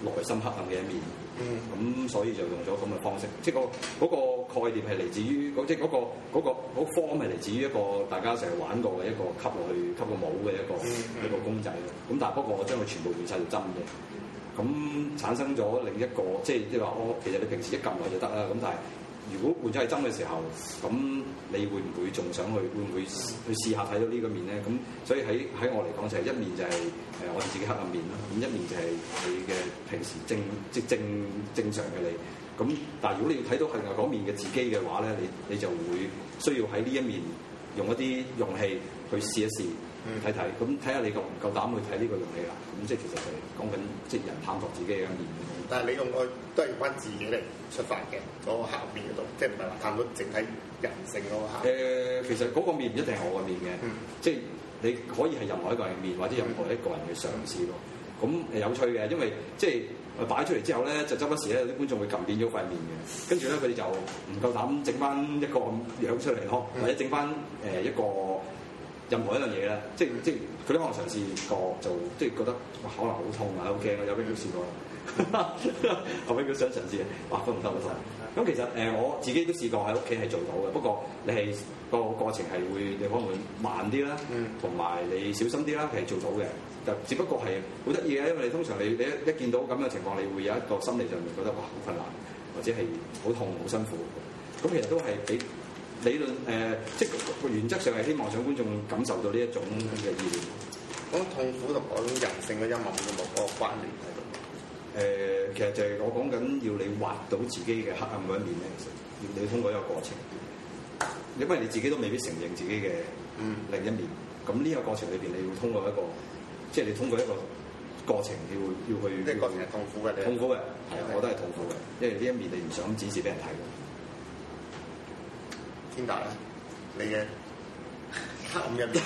S10: 內心黑暗嘅一面。咁、所以就用咗咁嘅方式，即係、個嗰、個概念係嚟自於，即係嗰個嗰、個嗰個 form 係嚟自於一個大家成日玩過嘅一個吸落去吸個帽嘅一個、一個公仔咯。咁但係不過我將佢全部換晒做針嘅。咁產生咗另一個，即係即係話哦，其實你平時一撳落就得啦。咁但係如果換咗係針嘅時候，咁你會唔會仲想去？會唔會去試下睇到呢個面咧？咁所以喺喺我嚟講就係一面就係誒我哋自己黑暗面啦，咁一面就係你嘅平時正即正正常嘅你。咁但係如果你要睇到另外嗰面嘅自己嘅話咧，你你就會需要喺呢一面用一啲容器去試一試。睇睇，咁睇下你夠唔夠膽去睇呢個容器啦。咁即係其實就係講緊即係人探索自己嘅一面。
S4: 但係你用個都係關自己嚟出發嘅，嗰、個下面嗰度，即係唔係話探到整體人性嗰個下
S10: 誒、其實嗰個面唔一定係我嘅面嘅，即係你可以係任何一個人嘅面，或者任何一個人嘅嘗試咯。咁誒有趣嘅，因為即係我擺出嚟之後咧，就周不時咧有啲觀眾會撳扁咗塊面嘅，跟住咧佢哋就唔夠膽整翻一個樣出嚟咯，或者整翻誒一個。任何一樣嘢咧，即係即係佢都可能嘗試過，就即係覺得哇可能好痛啊，好驚啊，有俾佢試過啦， 後尾佢想嘗試，哇都唔得好痛。咁其實誒、我自己都試過喺屋企係做到嘅，不過你係個過程係會你可能會慢啲啦，
S4: 嗯
S10: 同埋、你小心啲啦，係做到嘅。就只不過係好得意嘅，因為你通常你你一一見到咁嘅情況，你會有一個心理上面覺得哇好困難，或者係好痛好辛苦。咁其實都係俾理論誒、呃即係個原則上係希望想觀眾感受到呢一種嘅意念。
S4: 嗰種痛苦同嗰種人性嘅陰暗嘅冇嗰個關聯喺度。
S10: 誒、呃其實就係我講緊要你畫到自己嘅黑暗嗰一面咧，其實要你通過一個過程，因為你自己都未必承認自己嘅另一面。咁呢、個過程裏邊，你要通過一個，即係你通過一個過程，你會要去。即係過程係
S4: 痛苦嘅，
S10: 痛苦嘅，係啊，我都係痛苦嘅，因為呢一面你唔想展示俾人睇嘅。
S4: 天達咧，你 嘅黑暗入面，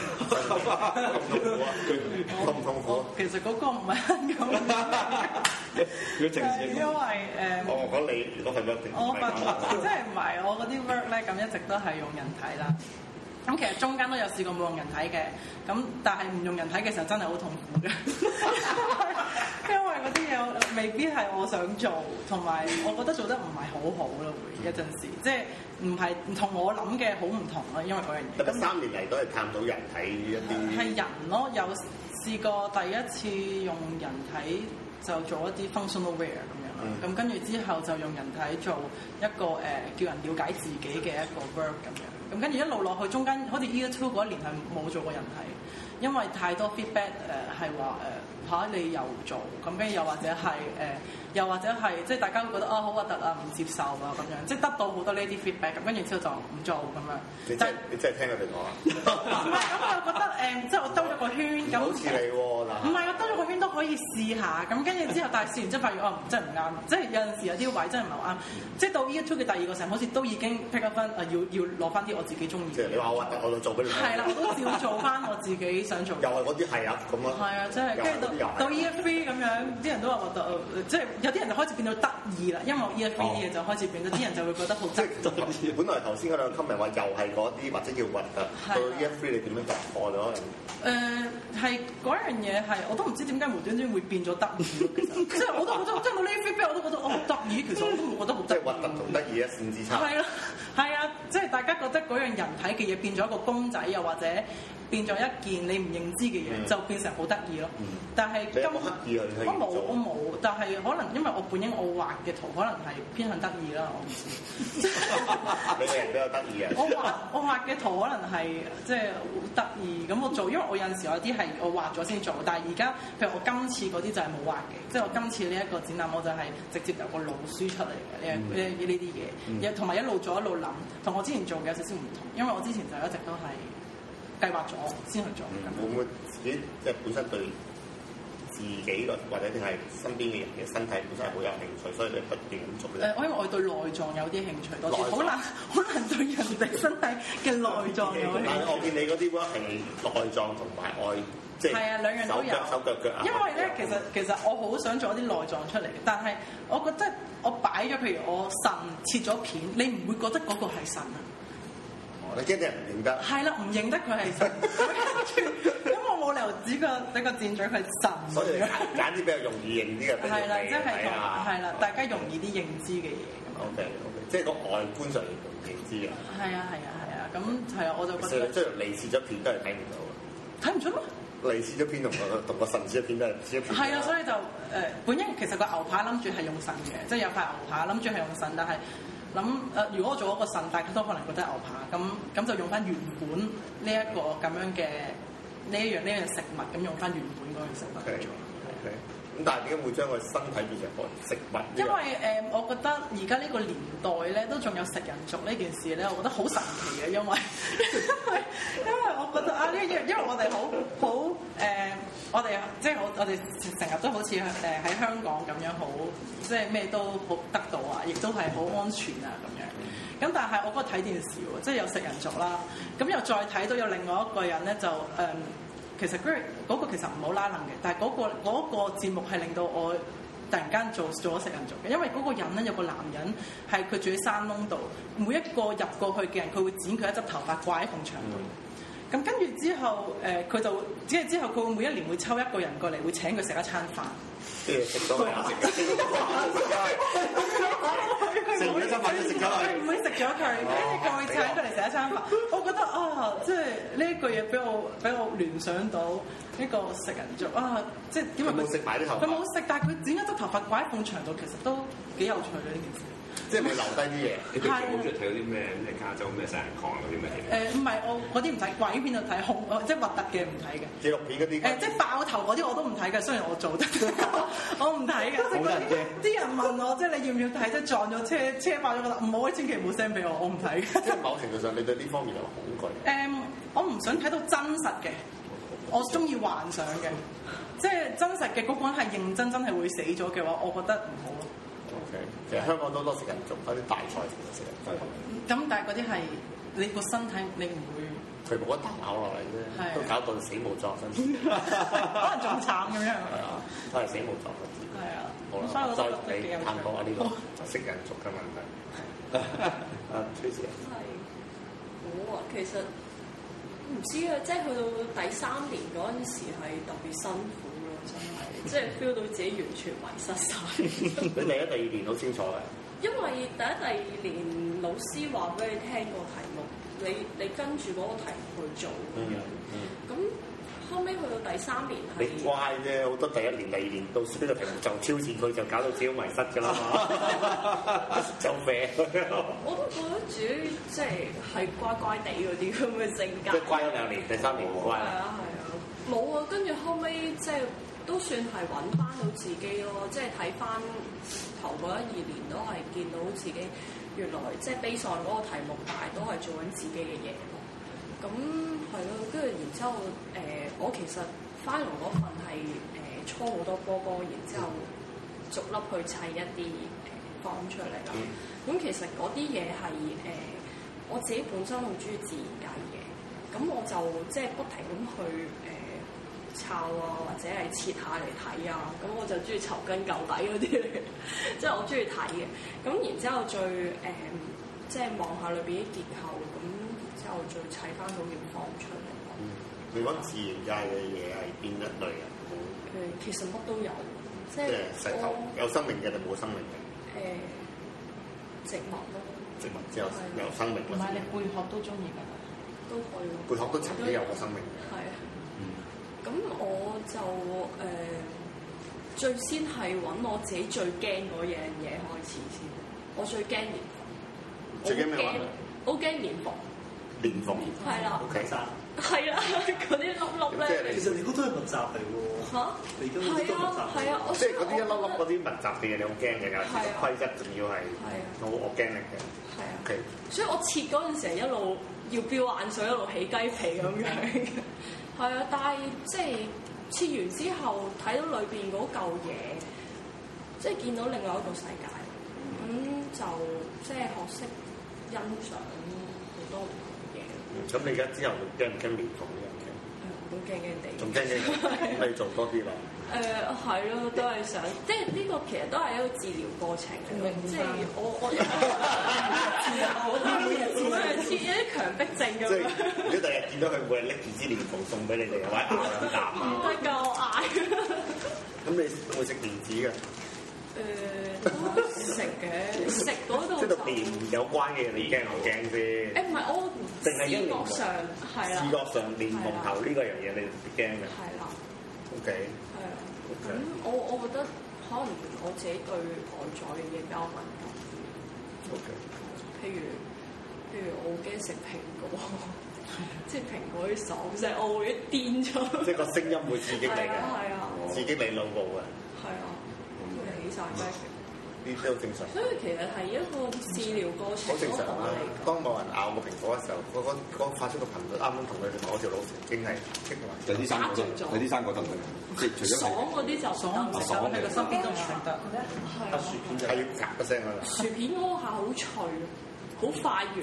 S4: 佢痛唔痛苦啊？
S2: 其實嗰個唔係
S4: 佢
S2: 係 因為誒。
S4: 哦我講你，我係咪一 定
S2: 我發即哦係唔係我嗰啲 work 咧，咁一直都係用人體啦。咁其實中間都有試過冇用人體嘅，咁但係唔用人體嘅時候真係好痛苦嘅， 因為嗰啲嘢未必係我想做，同埋我覺得做得唔係好好咯，會有陣時即係唔係唔同我諗嘅好唔同咯，因為嗰樣嘢。
S4: 特別三年嚟都係探到人體一啲
S2: 係人咯，有試過第一次用人體就做一啲 functional wear 咁樣
S4: 嗯
S2: 啦，咁跟住之後就用人體做一個誒、呃叫人了解自己嘅一個 work 咁樣，咁跟住一路落去中間，好似 Year Two 嗰一年係冇做過人體，因為太多 feedback 誒係話誒嚇你又做，咁跟住又或者係誒、呃又或者係即係大家會覺得啊好核突啊唔接受啊咁樣，即係得到好多呢啲 feedback，咁跟住之後就唔做咁樣。
S4: 你真係你真係聽佢哋講啊！
S2: 唔係，咁我又覺得誒、即係呃我兜咗個圈咁。
S4: 好似你喎嗱
S2: 唔係，我兜咗個圈都可以試下，咁跟住之後，但係試完之後發現哦，真係唔啱，即係有陣時有啲位真係唔係好啱。
S4: 嗯
S2: 即係到 E two 嘅第二個成，好似都已經 pick up 啊翻，誒要要攞翻啲我自己中意
S4: 即
S2: 嘅
S4: 係你
S2: 嘢。
S4: 話我核突，我就做俾你睇。啊
S2: 係啦，我都照做翻我自己想想做嘅
S4: 又係嗰啲係啊咁咯，
S2: 係啊，即係
S4: 又
S2: 跟
S4: 係
S2: 住
S4: 嗰啲又
S2: 到到 E F V 咁樣，啲人都話話到，即係有啲人就開始變到得意啦。音樂 E F V
S4: 哦
S2: 啲嘢就開始變咗，啲人就會覺得好得意。
S4: 係，本來頭先嗰兩 comment 話又係嗰啲或者要核突，到 E F 3你點樣突破咗？
S2: 誒呃係嗰樣嘢係，我都唔知點解無端端會變咗得意咯。其實即係我都我都聽到呢啲 feedback，我都覺得我好得意。其實我都冇覺得好
S4: 即係核突同得意一線之差。
S2: 係啦，係啊，即係大家覺得嗰樣人體嘅嘢變咗一個公仔，又或者變咗一件你唔認知嘅嘢，
S4: 嗯
S2: 就變成好得意咯。但係
S4: 你
S2: 今
S4: 有冇刻意去去
S2: 我冇
S4: 做啊
S2: 我冇，但係可能因為我本應我畫嘅圖可能係偏向得意啦，我唔知。
S4: 你個人比較得意
S2: 我
S4: 嘅。
S2: 畫我畫嘅圖可能係即係好得意咁，我做，因為我有陣時有啲係我畫咗先做，但係而家譬如我今次嗰啲就係冇畫嘅，即係我今次呢一個展覽我就係直接由個腦輸出嚟嘅呢一呢一呢
S18: 嗯
S2: 啲嘢，同埋一路做一路諗，同我之前做嘅有少少唔同，因為我之前就一直都係計劃咗先去做咁樣。
S4: 會唔會自己即係本身對自己個或者定係身邊嘅人嘅身體本身係好有興趣，所以你不斷咁做
S2: 誒、
S4: 咧？
S2: 我因為我對內臟有啲興趣多啲，
S4: 內臟
S2: 好難好難對人哋身體嘅內臟有興
S4: 但係
S2: 趣。
S4: 我見你嗰啲 work 係內臟同埋外，即係
S2: 係啊兩樣都
S4: 手
S2: 有
S4: 腳手腳腳啊。
S2: 因為咧，其實其實我好想做一啲內臟出嚟嘅，但係我覺得我擺咗，譬如我腎切咗片，你唔會覺得嗰個係腎啊？
S4: 我你驚啲人唔認得。
S2: 係啦，唔認得佢係 腎，咁我冇理由指個呢個箭嘴佢係腎。
S4: 所以你揀揀啲比較容易認啲嘅俾
S2: 係啦，
S4: 你
S2: 即係
S4: 睇啊
S2: 同係啦，大家容易啲認知嘅嘢。
S4: O K O K，即係個外觀上面容易認知嘅。
S2: 係啊，係啊，係啊，咁係啊，我就
S4: 其
S2: 覺
S4: 實
S2: 得
S4: 即係你切咗片都係睇唔
S2: 睇唔出咩？
S4: 到嘅，你切咗片同個同個腎切咗片都係切咗片。
S2: 係啊，所以就誒、呃本應其實個牛扒諗住係用腎嘅，即係有塊牛扒諗住係用腎，但係諗誒，如果我做一呃個腎，大家都可能覺得牛扒，咁咁就用翻原本呢一個咁樣嘅呢一樣呢樣食物，咁用翻原本嗰樣食物去做。
S4: OK，咁但係點解會將個身體變成個食物呢樣？
S2: 因為誒、呃我覺得而家呢個年代咧，都仲有食人族呢件事咧，我覺得好神奇嘅，因為因為因為我覺得啊，呢樣因為我哋好好誒，我哋即係我我哋成日都好似誒喺香港咁樣好，即係咩都好得到啊，亦都係好安全啊咁樣。咁但係我嗰個睇電視喎，即係有食人族啦，咁又再睇到有另外一個人咧就誒。其實嗰個嗰個其實唔好拉冷嘅，但係嗰、個嗰、個節目係令到我突然間做做咗食人族嘅，因為嗰個人咧有個男人係佢住喺山窿度，每一個入過去嘅人佢會剪佢一執頭髮掛喺埲牆度。咁跟住之後，誒、佢就即係之後，佢會每一年會抽一個人過嚟，會請佢食一餐飯。
S4: 即係 食咗佢啊食咗佢食咗餐飯就食咗
S2: 佢唔
S4: 佢
S2: 會食咗佢，跟住佢會請佢嚟食一餐飯。我覺得啊，即係呢一句嘢俾我俾我聯想到呢個食人族啊，即係點解
S4: 佢冇食埋啲頭髮
S2: 佢冇食，但係佢剪一執頭髮掛喺埲牆度，其實都幾有趣嘅呢件事。
S4: 即係會留低啲嘢。
S3: 你平時好中意睇嗰啲咩咩加州咩殺人狂嗰啲咩戲？
S2: 誒唔係我嗰啲唔睇，鬼片就睇，恐呃即係核突嘅唔睇嘅。
S4: 紀錄片嗰啲
S2: 誒、即係爆頭嗰啲我都唔睇嘅，雖然我做得， 我唔睇嘅。即係嗰啲啲人問我，即係你要唔要睇？即係撞咗車，車爆咗個頭，唔好，千祈唔好 send 俾我，我唔睇嘅。
S4: 即係某程度上，你對呢方面有恐懼。
S2: 誒、我唔想睇到真實嘅，我中意幻想嘅，即係真實嘅嗰個人係認真真係會死咗嘅話，我覺得唔好咯。
S4: O K，其實香港都多食人族，多啲大菜食人族。
S2: 咁但係嗰啲係你個身體，你唔會
S4: 佢冇一啖咬落嚟啫，
S2: 係
S4: 都搞到死無葬 身。
S2: 可能仲慘咁樣。
S4: 係啊，都係死無葬身。
S2: 係啊，
S4: 好
S2: 所以
S4: 啦，
S2: 我
S4: 再
S2: 覺得幾有
S4: 你
S2: 趣
S4: 探討下呢個食人族嘅問題。啊，崔子
S15: 係好啊，其實唔知啊，即係去到第三年嗰陣時係特別辛苦咯，真 係，即係 feel 到自己完全迷失晒。
S4: 你第一第二年好清楚嘅，
S15: 因為第一第二年老師話俾你聽個題目，你你跟住嗰個題目去做咁
S4: 嗯
S15: 樣。
S4: 嗯，
S15: 咁後尾去到第三年啊係
S4: 你乖啫，好多第一年、第二年到呢個題目就挑戰佢，就搞到自己好迷失㗎啦嘛，就歪佢。
S15: 我都覺得自己即係係乖乖地嗰啲咁嘅性格。
S4: 即係乖咗兩年，第三年唔
S15: 係
S4: 乖
S15: 啊
S4: 啦。
S15: 係啊，冇啊！跟住後尾即係都算係揾翻到自己咯，即係睇翻頭嗰一二年都係見到自己原來即係 base on 嗰個題目，但係都係做緊自己嘅嘢咯。咁係咯，跟住然之後誒、呃我其實 final 嗰份係誒搓好多波波，然之後逐粒去砌一啲誒方出嚟啦。咁、其實嗰啲嘢係誒我自己本身好中意自然界嘅，咁我就即係不停咁去誒、呃抄啊，或者係切下嚟睇啊，咁我就中意尋根究底嗰啲嚟 嘅，即係我中意睇嘅。咁然之後最誒、即係望下裏邊啲結構，咁然之後再砌翻到件房出嚟。
S4: 你講自然界嘅嘢係邊一類啊？
S15: 誒、其實乜都有，即
S4: 即
S15: 係
S4: 係石頭
S15: 我
S4: 有生命嘅定冇生命嘅？
S15: 誒、植物咯，
S4: 植物之後有生命
S2: 唔係你
S4: 啦，
S2: 貝殼都中意㗎。
S15: 都可以咯。
S4: 貝殼都曾經有過生命嘅。
S15: 係啊。咁我就誒、呃最先係揾我自己最驚嗰樣嘢開始先，我最驚連房，
S4: 最驚咩啊哦話？
S15: 我好驚連房，
S4: 連房
S15: 係啦
S4: ，OK，
S15: 係啦， 嗰啲粒粒咧。
S4: 其實你嗰都係密集嚟
S15: 嚇，
S4: 喎。你
S15: 係啊，係啊，我
S4: 即係嗰啲一粒粒嗰啲密集嘅嘢，你好驚嘅㗎。
S15: 係啊
S4: 規則仲要係
S15: 係啊
S4: 好惡驚力嘅。
S15: 係啊
S4: OK，
S15: 所以我切嗰陣時係一路要飆眼水，一路起雞皮咁樣 嘅。係啊，但係即係切完之後睇到裏邊嗰嚿嘢，即係見到另外一個世界，咁就即係學識欣賞好多唔同嘅嘢，
S4: 咁你而家之後驚唔驚連房呢樣嘢？
S15: 都驚驚地。
S4: 仲驚驚，咪做多啲咯。
S15: 誒係咯，都係想，即係呢個其實都係一個治療過程嚟嘅，即係我我我似有啲強迫症
S4: 即
S15: 咁
S4: 係
S15: 樣，
S4: 如果第日見到佢每日拎住支連房送俾你哎哋，或者咬兩啖
S15: 唔
S4: 啊，
S15: 得㗎，我嗌。
S4: 咁你會食蓮子嘅，
S15: 誒都食嘅，食嗰度
S4: 即係
S15: 就
S4: 同蓮有關嘅嘢，你驚唔驚
S15: 誒
S4: 先？
S15: 唔係我視
S4: 定係一年
S15: 覺上係啦，啊
S4: 視覺上蓮蓬頭呢個樣嘢，你驚嘅。
S15: 係啦，
S4: OK，
S15: 係啊。咁我我覺得可能我自己對外在嘅嘢比較敏感，譬如譬如我好驚食蘋果，即係蘋果啲爽聲，我會癲咗。
S4: 即係個聲音會刺激你
S15: 係啊係啊
S4: 嘅，刺激你腦部嘅，
S15: 係啊，會起晒雞皮。
S4: 呢啲好正常。
S15: 所以其實係一個治療過程
S4: 好正
S15: 嗰
S4: 常啊
S15: 個
S4: 啦
S15: 嚟㗎。。
S4: 當某人咬個蘋果嘅時候，嗰嗰嗰發出個頻率啱啱同佢哋我條腦神經係激埋。
S10: 有啲生果得，有啲生果得唔得？即係除咗
S15: 爽
S10: 係
S15: 嗰啲就爽
S10: 唔食得喺個身邊
S15: 都唔食得。係啊
S4: 薯片就係要夾一聲啊㗎啦。
S15: 薯片嗰下好脆，好快完。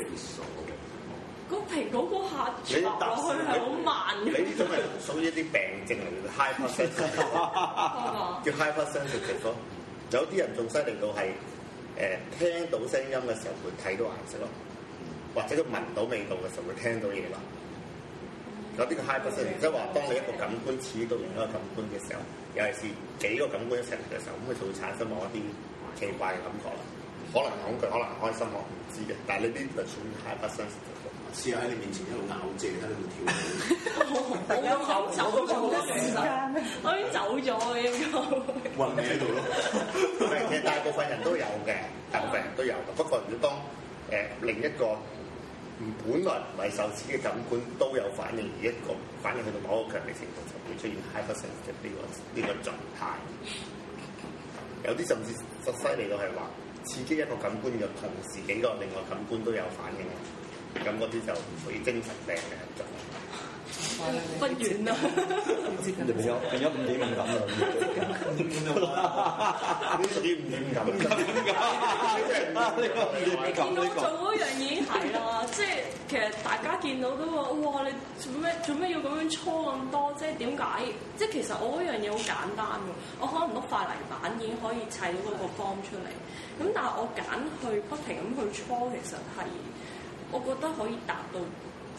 S15: 個蘋果嗰下
S4: 你
S15: 啜
S4: 搭
S15: 落去係好慢
S4: 你
S15: 嘅。
S4: 呢種係屬於一啲病症嚟嘅，hyper sensitive，叫
S15: 啊
S4: hyper sensitive 咯。有啲人仲犀利到係誒聽到聲音嘅時候會睇到顏色咯，或者佢聞到味道嘅時候會聽到嘢咯。有啲叫 hyper sensitive，即係話當你一個感官刺激到另一個感官嘅時候，尤其是幾個感官一齊嚟嘅時候，咁佢就會產生某一啲奇怪嘅感覺啦。可能恐懼，可能開心，我唔知嘅。但係呢啲就算 hyper sensitive 咯。
S11: 試下喺你面前一路咬蔗，喺度跳舞。
S15: 我已經走走咗好耐啦，我已經走咗嘅應該。
S4: 混你喺度咯。其實大部分人都有嘅，大部分人都有嘅。不過如果當誒、呃另一個唔本來唔係受刺激嘅感官都有反應，而一個反應去到某一個強烈程度，就會出現 hypersensitive 呢、個呢、個狀態。有啲甚至就犀利到係話刺激一個感官嘅同時，幾個另外感官都有反應，咁嗰啲就屬於精神病嘅狀態。
S15: 不遠啦，
S10: 就變咗變咗五點五感啦。
S4: 呢啲五點感，
S10: 呢個五點感
S15: 見到
S10: 呢
S15: 我
S10: 個。
S15: 做嗰樣已經係啦，即係其實大家見到都話：哇！你做咩做咩要咁樣搓咁多啫？點解？即係其實我嗰樣嘢好簡單㗎，我可能碌塊泥板已經可以砌到嗰個方出嚟。咁但係我揀去不停咁去搓，其實係我覺得可以達到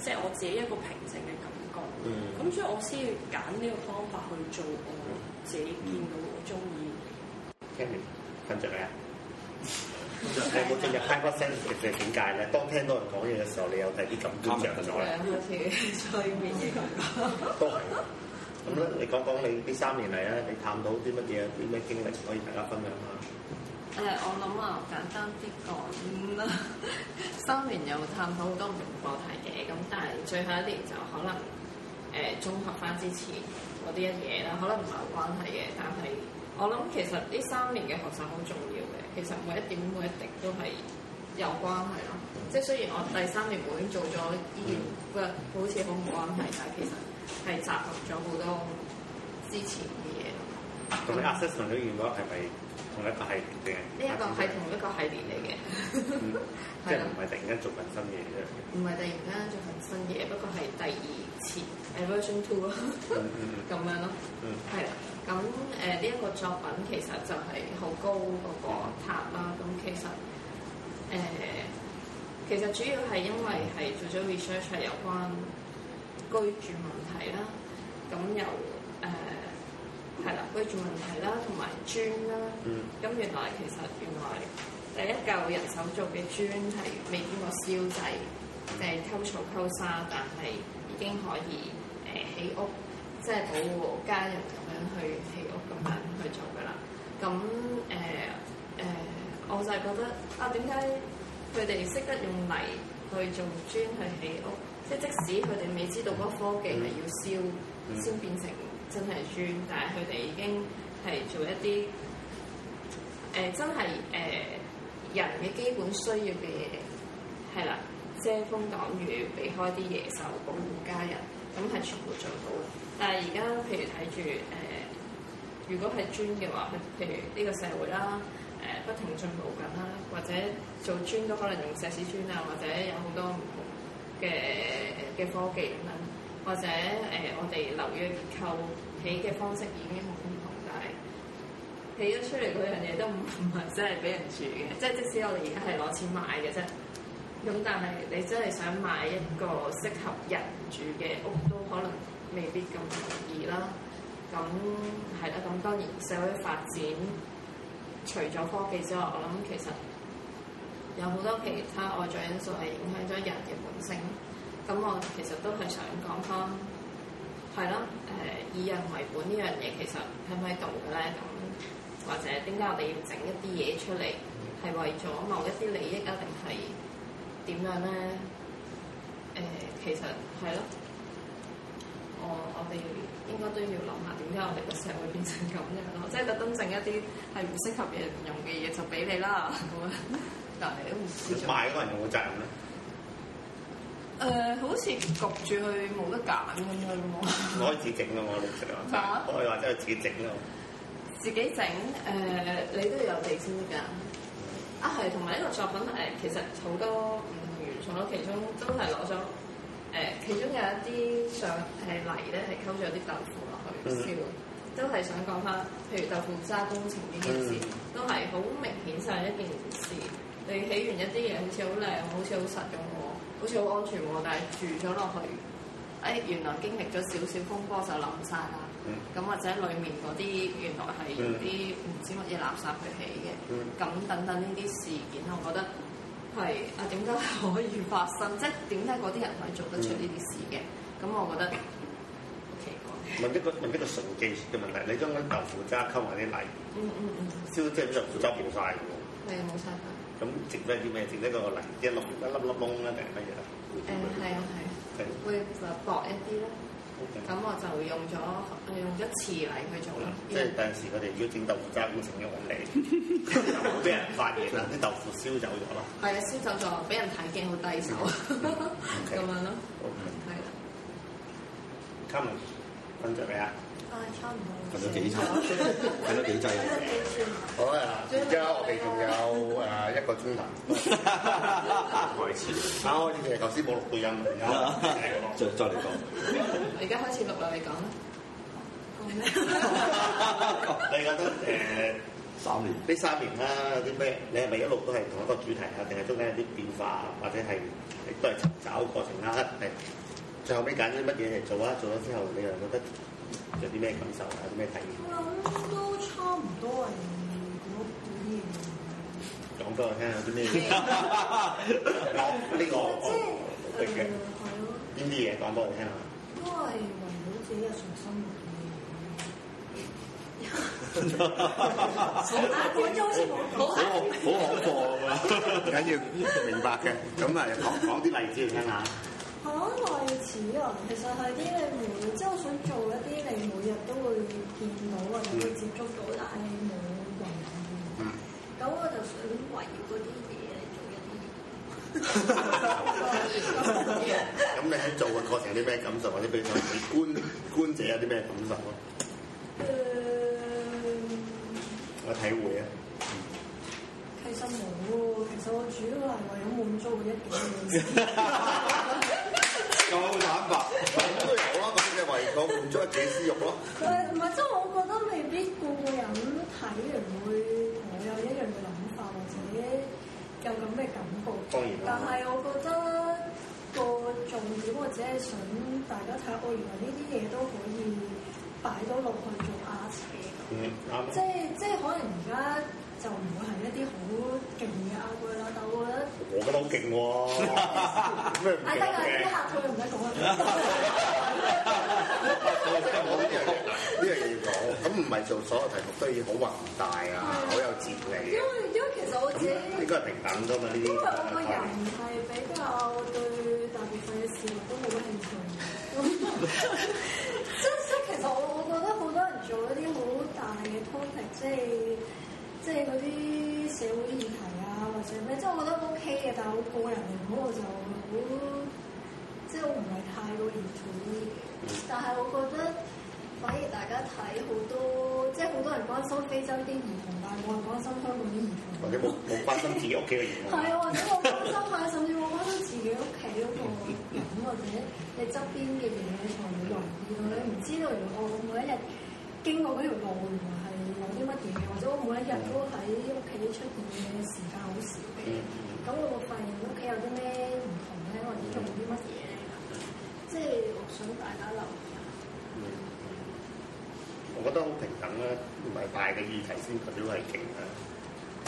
S15: 即係我自己一個平靜嘅感覺。
S4: 嗯
S15: 咁、所以我先要揀呢個方法去做我自己見到我中意。
S4: Henry，瞓着未啊？你有冇進入 hyper sensitive 嘅境界咧？當聽到人講嘢嘅時候，你有第啲感官着咗咧？
S13: 好似催眠嘅感覺。
S4: 都係。咁咧，你講講你呢三年嚟咧，你探到啲乜嘢、啲咩經歷可以大家分享下？
S13: 誒、我諗啊，簡單啲講啦， 三年有探討好多唔同課題嘅，咁但係最後一年就可能誒、綜合翻之前嗰啲嘢啦，可能唔係有關係嘅，但係我諗其實呢三年嘅學習好重要嘅，其實每一點每一滴都係有關係咯。即係雖然我第三年我已經做咗醫院 work，好似好冇關係，但係其實係集合咗好多之前嘅嘢。
S4: 同你 assessment 嗰件嗰係咪同一個系列定係？
S13: 呢一個係同一個系列嚟嘅，
S4: 即係唔係突然間做緊新嘢嘅。
S13: 唔係突然間做份新嘢，不過係第二次誒 version two 咯，
S4: 嗯嗯
S13: 咁樣咯，
S4: 嗯
S13: 係啦。咁誒呢一個作品其實就係好高嗰個塔啦，咁其實誒、其實主要係因為係做咗 research 係有關居住問題啦，咁由誒係啦居住問題啦，同埋磚啦。
S4: 嗯
S13: 咁原來其實原來第一嚿人手做嘅磚係未經過燒製，就係溝草溝沙，啊但係已經可以誒、呃起屋，即係保護家人咁樣去起屋咁樣去做噶啦。咁誒誒，我就係覺得啊，點解佢哋識得用泥去做磚去起屋？即係即使佢哋未知道嗰個科技係要燒
S15: 嗯
S13: 先變成真係磚，但係佢哋已經係做一啲。誒、真係誒、人嘅基本需要嘅嘢，係啦，遮風擋雨，避開啲野獸，保護家人，咁係全部做到。但係而家譬如睇住誒，呃如果係磚嘅話，譬如呢個社會啦，誒、不停進步緊啦，或者做磚都可能用石屎磚啊，或者有好多唔同嘅嘅科技咁樣，或者誒、呃我哋樓宇嘅結構起嘅方式已經好唔同，但係。起咗出嚟嗰樣嘢都唔唔係真係俾人住嘅，即係即使我哋而家係攞錢買嘅啫。咁但係你真係想買一個適合人住嘅屋，都可能未必咁容易啦。咁係啦，咁當然社會發展除咗科技之外，我諗其實有好多其他外在因素係影響咗人嘅本性。咁我其實都係想講翻係啦，誒、以人為本呢樣嘢其實喺唔喺度嘅咧？咁或者點解我哋要整一啲嘢出嚟，係為咗某一啲利益啊，定係點樣咧？誒、其實係咯，我我哋應該都要諗下點解我哋個社會變成咁樣咯， 即係特登整一啲係唔適合人用嘅嘢就俾你啦咁樣，但係都唔知做
S4: 賣嗰個人有冇責任咧？
S13: 誒、好似焗住去冇得揀咁樣喎。
S4: 我可以自己整咯，我哋食啊
S13: 嚇，
S4: 我係話真係自己整咯。
S13: 自己整誒、呃你都要有地先得㗎。啊，係，同埋呢個作品誒、其實好多唔同元素咯，其中都係攞咗誒，其中有一啲上係泥咧，係溝咗啲豆腐落去
S15: 嗯
S13: 燒，都係想講翻，譬如豆腐渣工程呢件事，都係好明顯上一件事。你起完一啲嘢，好似好靚，好似好實用喎，好似好安全喎，但係住咗落去，誒、原來經歷咗少少風波就冧晒啦。
S4: 嗯
S13: 咁或者裡面嗰啲原來係用啲唔知乜嘢垃圾去起嘅，
S4: 嗯
S13: 咁、等等呢啲事件，我覺得係啊點解可以發生？即係點解嗰啲人可以做得出呢啲事嘅？咁、
S4: 嗯
S13: 我覺得好奇怪。
S4: 問一個問一個純技術嘅問題，你將嗰啲豆腐渣溝埋啲泥，
S13: 嗯嗯嗯，
S4: 燒即係啲豆腐渣冇晒嘅喎。
S13: 係冇晒法。
S4: 咁剩低啲咩？剩低個泥一粒一粒粒窿啦，定係乜嘢啦？
S13: 誒係啊係啊，
S4: 係
S13: 會就薄一啲啦。咁我就用咗我用咗瓷泥去做啦。
S4: 嗯即
S10: 嗯
S4: 係有陣時佢哋要整豆腐渣工程嘅我哋，就俾人發現啊啦，啲豆腐燒走咗啦。
S13: 係啊，燒走咗，俾人睇見好低手
S4: 嗯
S13: 咁樣咯，
S10: 嗯
S13: 係啦。
S4: 卡文瞓著未啊？
S15: 啊，差唔多。
S10: 瞓咗幾 層，瞓咗幾劑。啊
S4: 好啊！而家我哋仲有誒一個鐘頭。 開始。啊，開始其實頭先冇錄配音，
S10: 再再嚟講。
S13: 我而家開始錄啦，你講啦。
S4: 你覺得誒三年呢三年啦，有啲咩？你係咪一路都係同一個主題啊？定係中間有啲變化，或者係你都係尋找過程啦？定係最後尾揀啲乜嘢嚟做啊？做咗之後，你又覺得有啲咩感受啊？有啲咩體驗？
S6: 我諗都差唔多係嗰半年。
S4: 講俾我聽有啲咩？ 我呢個我我明
S6: 嗯
S4: 嘅。邊啲嘢講俾我聽啊？
S6: 都係圍繞自己日常生活嘅嘢。我真好似冇
S4: 好好可破啊！唔緊要，明白嘅。咁啊，講講啲例子嚟聽下。
S6: 好類似啊，其實係啲你每即係我想做一啲你每日都會見到或者會接觸到，但係你冇用。咁我就想圍繞嗰啲嘢嚟做一啲
S4: 咁你喺做嘅過程有啲咩感受，或者俾我哋觀觀者有啲咩感受啊？
S6: 誒，
S4: 嘅體會啊？
S6: 其實冇喎，其實我主要係為咗滿足一點點。
S19: 咁坦白，
S4: 啊
S19: 咁都有咯，咁就為我滿足一己私欲咯。
S6: 誒唔係，即係我覺得未必個個人睇完會同我有一樣嘅諗法，或者有咁嘅感覺。
S4: 當然啦
S6: 但係我覺得個重點，或者係想大家睇下，我原來呢啲嘢都可以擺到落去做 art 嘅。
S4: 嗯，
S6: 即
S4: 啱。
S6: 係即係可能而家就唔會係一啲好勁嘅 art 啦，但我覺得。
S4: 我覺得好勁喎，咩唔
S6: 啊得啊！呢啲
S4: 勁嘅？
S6: 客套唔使講
S4: 即
S6: 啦。
S4: 係我呢樣嘢，呢樣嘢要講。咁唔係做所有題目都要好宏大啊，好有哲
S6: 因
S4: 理
S6: 為
S4: 啊。
S6: 因為其實我自己，
S4: 咁應該係平等㗎嘛呢
S6: 因為我個人
S4: 啲。
S6: 係比較對大部分嘅事物都冇乜興趣。咁即即其實我我覺得好多人做一啲好大嘅 topic，即係即係嗰啲社會議題啊，或者咩，即係我覺得 OK 嘅，但係我個人嚟講，我就好即係我唔係太過 into 呢啲嘢，但係我覺得反而大家睇好多，即係好多人關心非洲啲兒童，但係冇人關心香港啲兒童。
S4: 或者冇冇關心自己屋企嘅嘢。
S6: 係啊，或者我關心下，甚至我關心自己屋企嗰個人，或者你側邊嘅嘢才會留意到。你唔知道原來我每一日經過嗰條路，原來係有啲乜嘢，或者我每一日都喺屋企出現嘅時間好少嘅。咁我會發現屋企有啲咩唔同咧，或者做啲乜嘢咧，即係我想大家留意下。
S4: 我覺得好平等啦，唔係大嘅議題先代表係勁啊！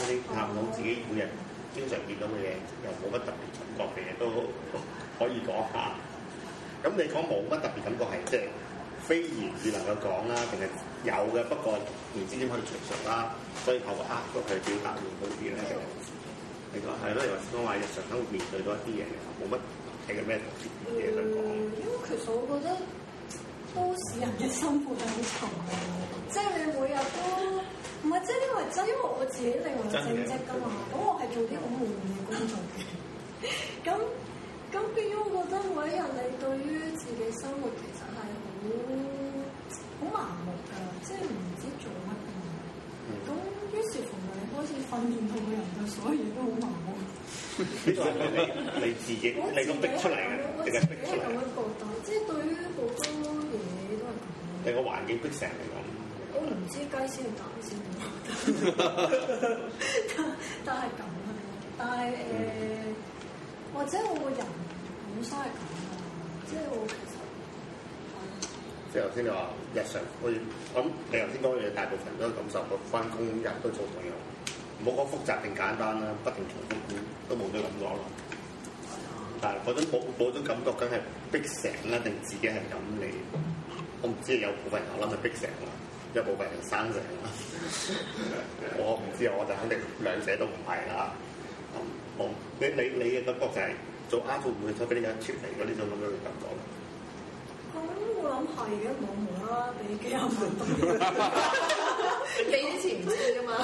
S4: 你探討自己每日經常見到嘅嘢，又冇乜特別感覺嘅嘢都可以講下。咁你講冇乜特別感覺係即係非言語能夠講啦，定係有嘅，不過唔知點去敍述啦，所以透過呃到佢表達會好啲咧。你講係咯，你話先講話日常生活面對到一啲嘢，冇乜係嘅咩特別
S6: 誒，
S4: 嘢想講。
S6: 因為其實我覺得都市人嘅生活係好沉悶，即係你每日都唔係，即係因為真因為我自己另外有正職㗎嘛，咁我係做啲好悶嘅工作嘅，咁咁變咗我覺得每一日你對於自己生活其實係好好麻木㗎，即係唔知做乜㗎嘛。咁於是乎你開始訓練到個人對所有嘢都好麻木。
S4: 呢個係你你自己
S6: 我
S4: 你咁逼出嚟
S6: 我
S4: 嘅，
S6: 自
S4: 定
S6: 己
S4: 係逼出
S6: 係咁
S4: 嚟
S6: 樣
S4: 嘅？
S6: 覺得，即係對於好多嘢都係咁。
S4: 你個環境逼成你
S6: 我唔知雞先定蛋先，但係咁啊！但係誒、或者我個人本身係咁啊，即係我其實
S4: 咁，即係頭先你話日常，我我諗你頭先講嘅嘢大部分都感受到翻工日都做同樣，唔好講複雜定簡單啦，不停重複都冇咗感覺咯。但係嗰種冇冇種感覺，梗係逼成啦，定自己係咁你？我唔知有部分人我諗係逼成啦，有部分人生成啦。 我唔知啊，我就肯定兩者都唔係啦。嗯我你你你嘅感覺就係做啱會唔會想俾你有脱離咗呢種咁樣嘅感覺咧？
S6: 咁我諗係嘅，冇無啦啦俾幾廿萬。
S13: 你以前唔知㗎嘛？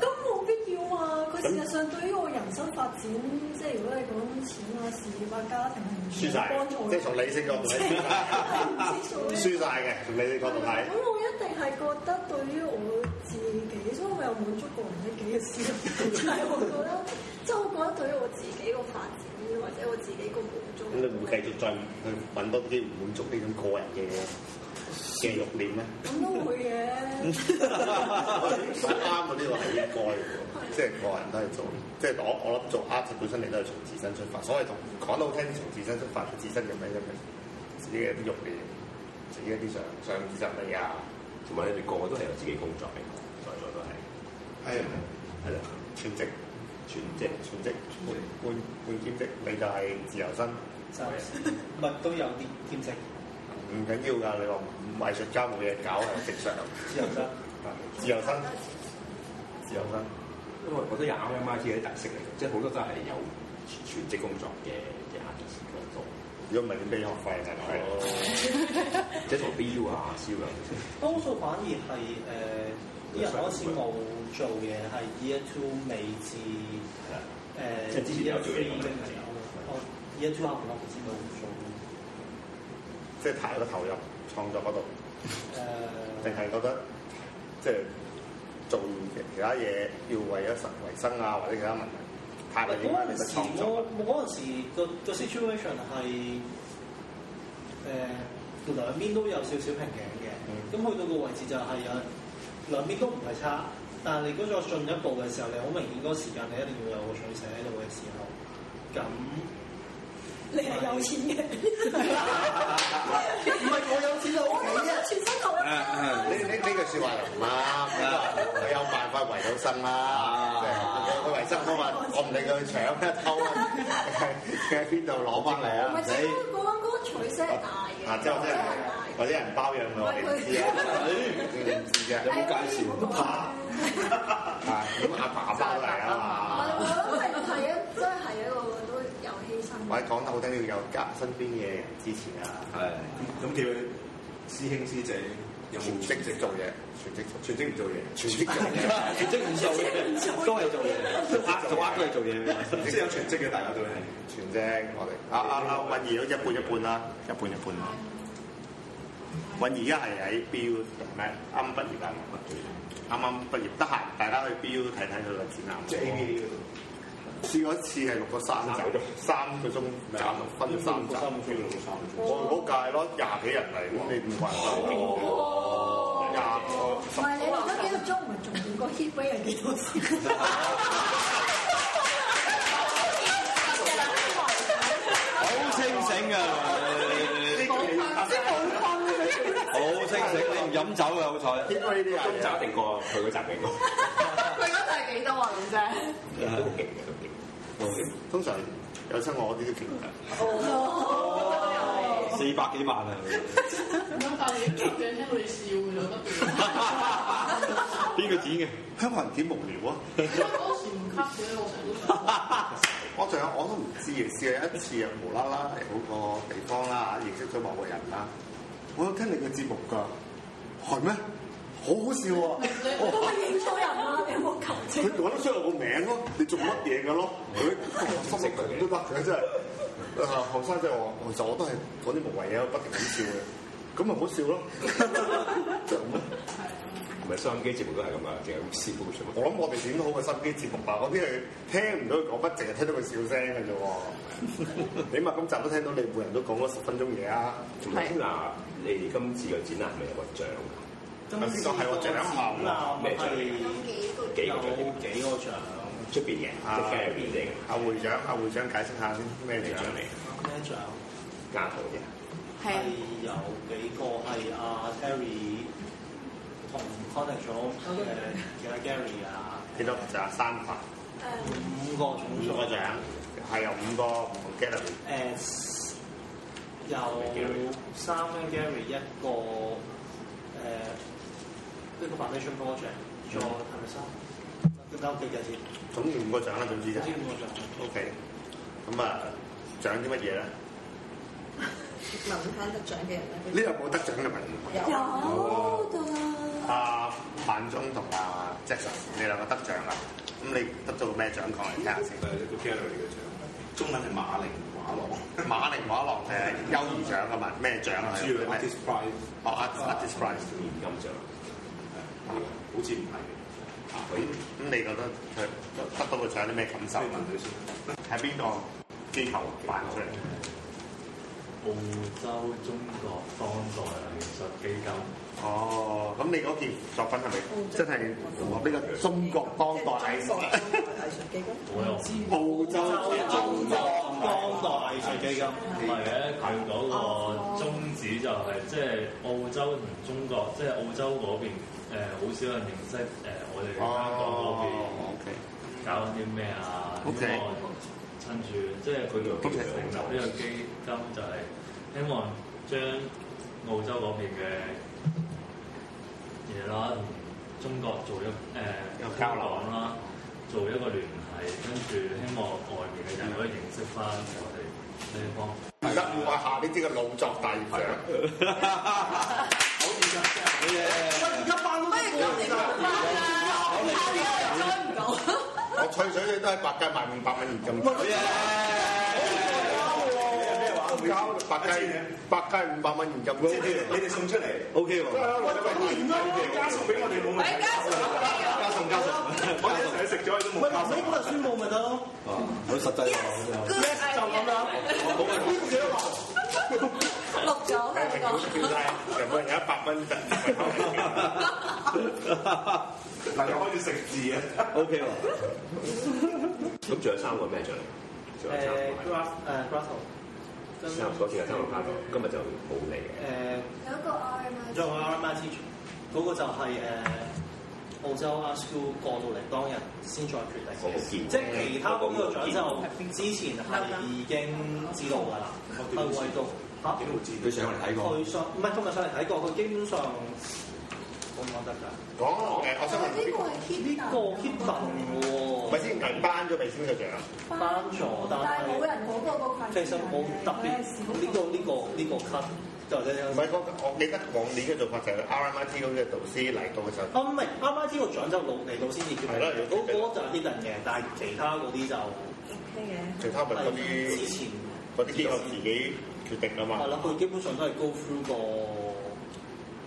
S6: 咁冇必要啊！佢事實上對於我人生發展，即係如果你講錢啊、事業啊、家庭係
S4: 輸
S6: 唔
S4: 晒
S6: 幫助
S4: 嘅，
S6: 我
S4: 即係從理性角度睇， 輸
S6: 唔知做咩。
S4: 輸晒嘅，從理性角度睇。
S6: 咁我一定係覺得對於我自己，所以我又滿足過人一己嘅事，就係我覺得，即係我覺得對於我自己個發展或者我自己個滿足，
S4: 咁你會繼續再去揾多啲機會滿足呢種個人嘅嘅慾念咧？
S6: 咁都會嘅。
S4: 啱嗰啲話係應該嘅喎，即係個人都係做，即係我我諗做 art 本身你都係從自身出發，所謂同講得好聽，從自身出發，自身嘅咩啫？自己嘅一啲慾念，自己一啲想想執你啊，
S3: 同埋你哋個個都係有自己工作嘅，在座都係
S11: 係
S4: 係啊啦，全職
S3: 全
S4: 即係
S3: 職。
S4: 全職半半半兼職，你就係自由身。
S5: 就物都有啲兼職，
S4: 唔緊要㗎，你話唔藝術家冇嘢搞係正常，
S5: 自由身。
S4: 自由身，自由身，
S3: 因為我覺得有 MIT 嘅特色嚟嘅，即係好多都係有全職工作嘅嘅 artist 好多，
S4: 如果唔係點俾學費啊？係哦
S3: 即係同 BU 啊、CU 啊嗰啲
S5: 多數反而係誒啲人開始冇做嘢，係 year two 未至
S3: 係啦。
S5: 誒，
S3: 即係之前有做嘢哦咁
S5: year three
S3: 樣
S5: 定係有我 year two 可能我唔知道做
S4: 即係太過投入創作嗰度，
S5: 誒。
S4: 定係覺得即係做其其他嘢，要為咗實維生啊，或者其他問題，太
S5: 嗰
S4: 過影響你
S5: 陣
S4: 嘅
S5: 時
S4: 創，作
S5: 我
S4: 啊。
S5: 我嗰陣時個個 situation 係誒兩邊都有少少瓶頸嘅，咁去到個位置就係有兩邊都唔係差，但係你嗰個進一步嘅時候，你好明顯嗰個時間你一定要有個取捨喺度嘅時候，咁
S6: 你係有錢嘅，
S5: 唔係我有錢就 O
S6: 我都有全身投入
S4: 呢
S6: 啊
S4: 呢呢句説話又唔啱，呢個佢有辦法維到生啦，即係佢佢維生方法，我唔理佢去搶啊偷 啊，佢喺邊度攞翻嚟
S6: 唔
S4: 啊
S6: 係？即係嗰個嗰個取捨係大嘅，
S4: 啊，之後即係或者人包養佢，我哋唔知啊，你唔知啫，
S10: 有冇介紹
S6: 係
S10: 啊？
S6: 啊
S4: 啊，咁阿爸包嚟啊
S6: 我
S4: 嘛。
S6: 我覺得係係啊，真係啊，個個都有犧牲。
S4: 或者講得好聽啲，要有家身邊嘅人支持啊，
S10: 係
S11: 咁叫佢師兄師姐有冇
S4: 全職直做嘢，全職做，
S11: 全職唔做嘢？
S4: 全職做嘢，
S10: 全職唔做嘢，都係做嘢，做呃做呃都係做嘢。
S11: 即係有全職嘅，大家都係。
S4: 全職我哋啊啊啊！允兒都一半一半啦，一半一半啦。允兒而家係喺 BU 讀咩？啱畢業啊，啱啱畢業，得閒大家去 BU 睇睇佢個展覽。
S11: 即係 A P 呢
S4: 試過一次係錄咗三集，三個鐘集分咗三集，我嗰屆咯，廿幾人嚟，咁你唔怪我廿個。
S6: 唔係你落咗幾個鐘唔係重點，個 heat wave 係幾多先？
S10: 好清醒啊！好清醒，你唔飲酒嘅好彩。
S4: 因為呢啲人
S3: 咁就一定過佢嗰集勁過，
S13: 佢嗰度係幾多啊？咁啫，
S3: 都勁嘅都勁。
S4: 通常有親我啲都勁嘅。
S10: 四百幾萬啊！
S2: 咁但係你聽到你笑就得
S10: 邊個剪嘅？
S4: 香港人點無聊啊！
S2: 嗰 時唔 cut 嘅，我成日都想。
S4: 我仲有我都唔知嘅，試過一次啊，無啦啦嚟嗰個地方啦，認識咗某個人啦，我有聽你嘅節目㗎，係咩？好好笑喎、
S6: 都
S4: 哦
S6: 係影到人啦，你有冇求
S4: 佢
S6: 證？
S4: 講得出我個名咯，你做乜嘢㗎咯？佢心識佢都得嘅真係。啊後生仔我其實我都係講啲無謂嘢，不停咁笑嘅，咁咪唔好笑咯。就咁咯
S3: 唔係收音機節目都係咁啊，淨係咁笑啫嘛。
S4: 我諗我哋點都好過心機節目吧，嗰啲係聽唔到佢講乜，淨係聽到佢笑聲嘅啫喎。起碼今集都聽到你每人都講咗十分鐘嘢啊！
S3: 同埋嗱，你哋今次個展覽係咪有個獎㗎？
S4: 頭先講啊係我獎項啦
S3: 咩獎嚟
S6: 有幾個
S3: 幾個
S5: 有
S3: 獎嚟㗎？
S5: 幾個獎？
S3: 出邊嘅，
S4: 啊
S3: 即係入邊嚟嘅
S4: 阿會長，阿會長解釋下先咩獎
S3: 獎
S4: 嚟？
S3: 嚟嘅，
S5: 咩獎？
S3: 加圖嘅。
S5: 係
S13: 係
S5: 有幾個係阿 Terry 同 contact 咗誒其他 Gary 啊，
S4: 幾多個獎？三塊，
S5: 五個總
S4: 五個
S5: 數
S4: 獎，係有五個唔同 gallery。
S5: 誒有三個 Gary 一個誒一個 foundation project，再
S3: 嗯
S5: 係咪三？得幾隻先？
S4: 總共五個獎啦，總之就
S5: 總之五個獎。
S4: OK。咁啊，獎啲乜嘢咧？
S13: 文翻得獎嘅人咧，
S4: 呢度冇得獎嘅咪？
S13: 有
S6: 有㗎，
S4: 阿萬啊中同阿 Jackson，你兩個得獎啦。咁你得到咩獎講嚟聽下先？
S11: 誒一個 gallery 嘅獎，中文係馬鈴畫廊，
S4: 馬鈴畫廊嘅優異獎㗎嘛？咩獎啊？
S11: 主
S4: 係
S11: 要
S4: 咩
S11: artist prize，啊
S4: 哦，artist artist prize。
S3: 現金獎，
S11: 好似唔係啊嘅。
S3: 可以
S4: 咁你覺得佢得到個獎有啲咩感受啊
S11: 所以？問佢先。
S4: 喺邊個機構辦出嚟？
S16: 澳洲中國當代藝術基金，
S4: 哦，咁你嗰件作品係咪真係符合呢個中國當代藝術？
S16: 我又唔
S4: 澳洲嘅中國
S5: 當代藝術基金。
S16: 係嘅，佢嗰個宗旨就係即係澳洲同中國，即係澳洲嗰邊誒好少人認識誒我哋香港嗰邊。
S4: 哦，OK。
S16: 搞緊啲咩啊？
S4: OK
S16: 希望趁住即係佢成立呢個基金，就係希望將澳洲嗰邊嘅嘢啦，同中國做一
S4: 有
S16: 誒
S4: 交流啊
S16: 港啦，做一個聯繫，跟住希望外面嘅人可以認識翻我哋呢方。
S4: 而家要話下呢啲嘅老作大業獎， 我吹水你都係百佳賣五百蚊現金獎。咩話？百佳百佳五百蚊現金獎。
S11: 你哋送出嚟，
S10: O K 喎，
S4: 哦加送俾我哋冇問題。
S13: 加
S11: 孟家純，我哋一齊去食咗都
S5: 咪
S11: 冇
S5: 臨尾嗰日宣佈咪得咯
S10: 啊，好實際啊！
S5: ，yes 就咁啦。呢個幾多萬？
S6: 錄咗嗰個。
S4: 有冇人有一百蚊
S11: 嗱又開始食字啊！
S10: O K 喎，
S3: 咁仲有三個咩獎嚟？仲有
S5: 誒
S3: 三
S5: grass
S3: 個。
S5: 誒 grass 跟
S3: 三嗰次有三個卡到，今日就冇嚟嘅。
S5: 誒。
S6: 有一個 RMI。
S5: 仲有 RMIT 嗰個就係、誒、澳洲 Art School 過到嚟當日先再決定
S3: 我
S5: 嘅
S3: 冇見
S5: 即係其他嗰個獎就之前係已經知道㗎啦，係唯獨嚇
S11: 點會知？
S10: 佢上嚟睇過。
S5: 佢上唔係今日上嚟睇過，佢基本上講唔講得㗎？
S4: 講誒，我想問
S6: 呢
S4: 邊
S6: 個
S4: 個？
S6: 係 hit
S5: 呢個 hit
S4: 咪
S5: 喎，
S4: 先係頒咗俾先嘅獎，啊
S5: 頒咗但係
S6: 但係冇人嗰個個群。
S5: 其實冇特別呢、個呢、個呢、個 cut 就係
S4: 唔係嗰個我記得往年嘅做法就係 RMIT 嗰啲導師嚟到嘅時候，
S5: 啊，唔係啱啱知個獎就老嚟到先至決定
S4: 係啦，
S5: 嗰嗰就係 hit 嘅，但係其他嗰啲就
S13: OK 嘅。
S4: 其他咪嗰
S5: 係之
S4: 啲
S5: 前
S4: 嗰啲機構自己決定啊嘛
S5: 係，啦，佢基本上都係 go through 個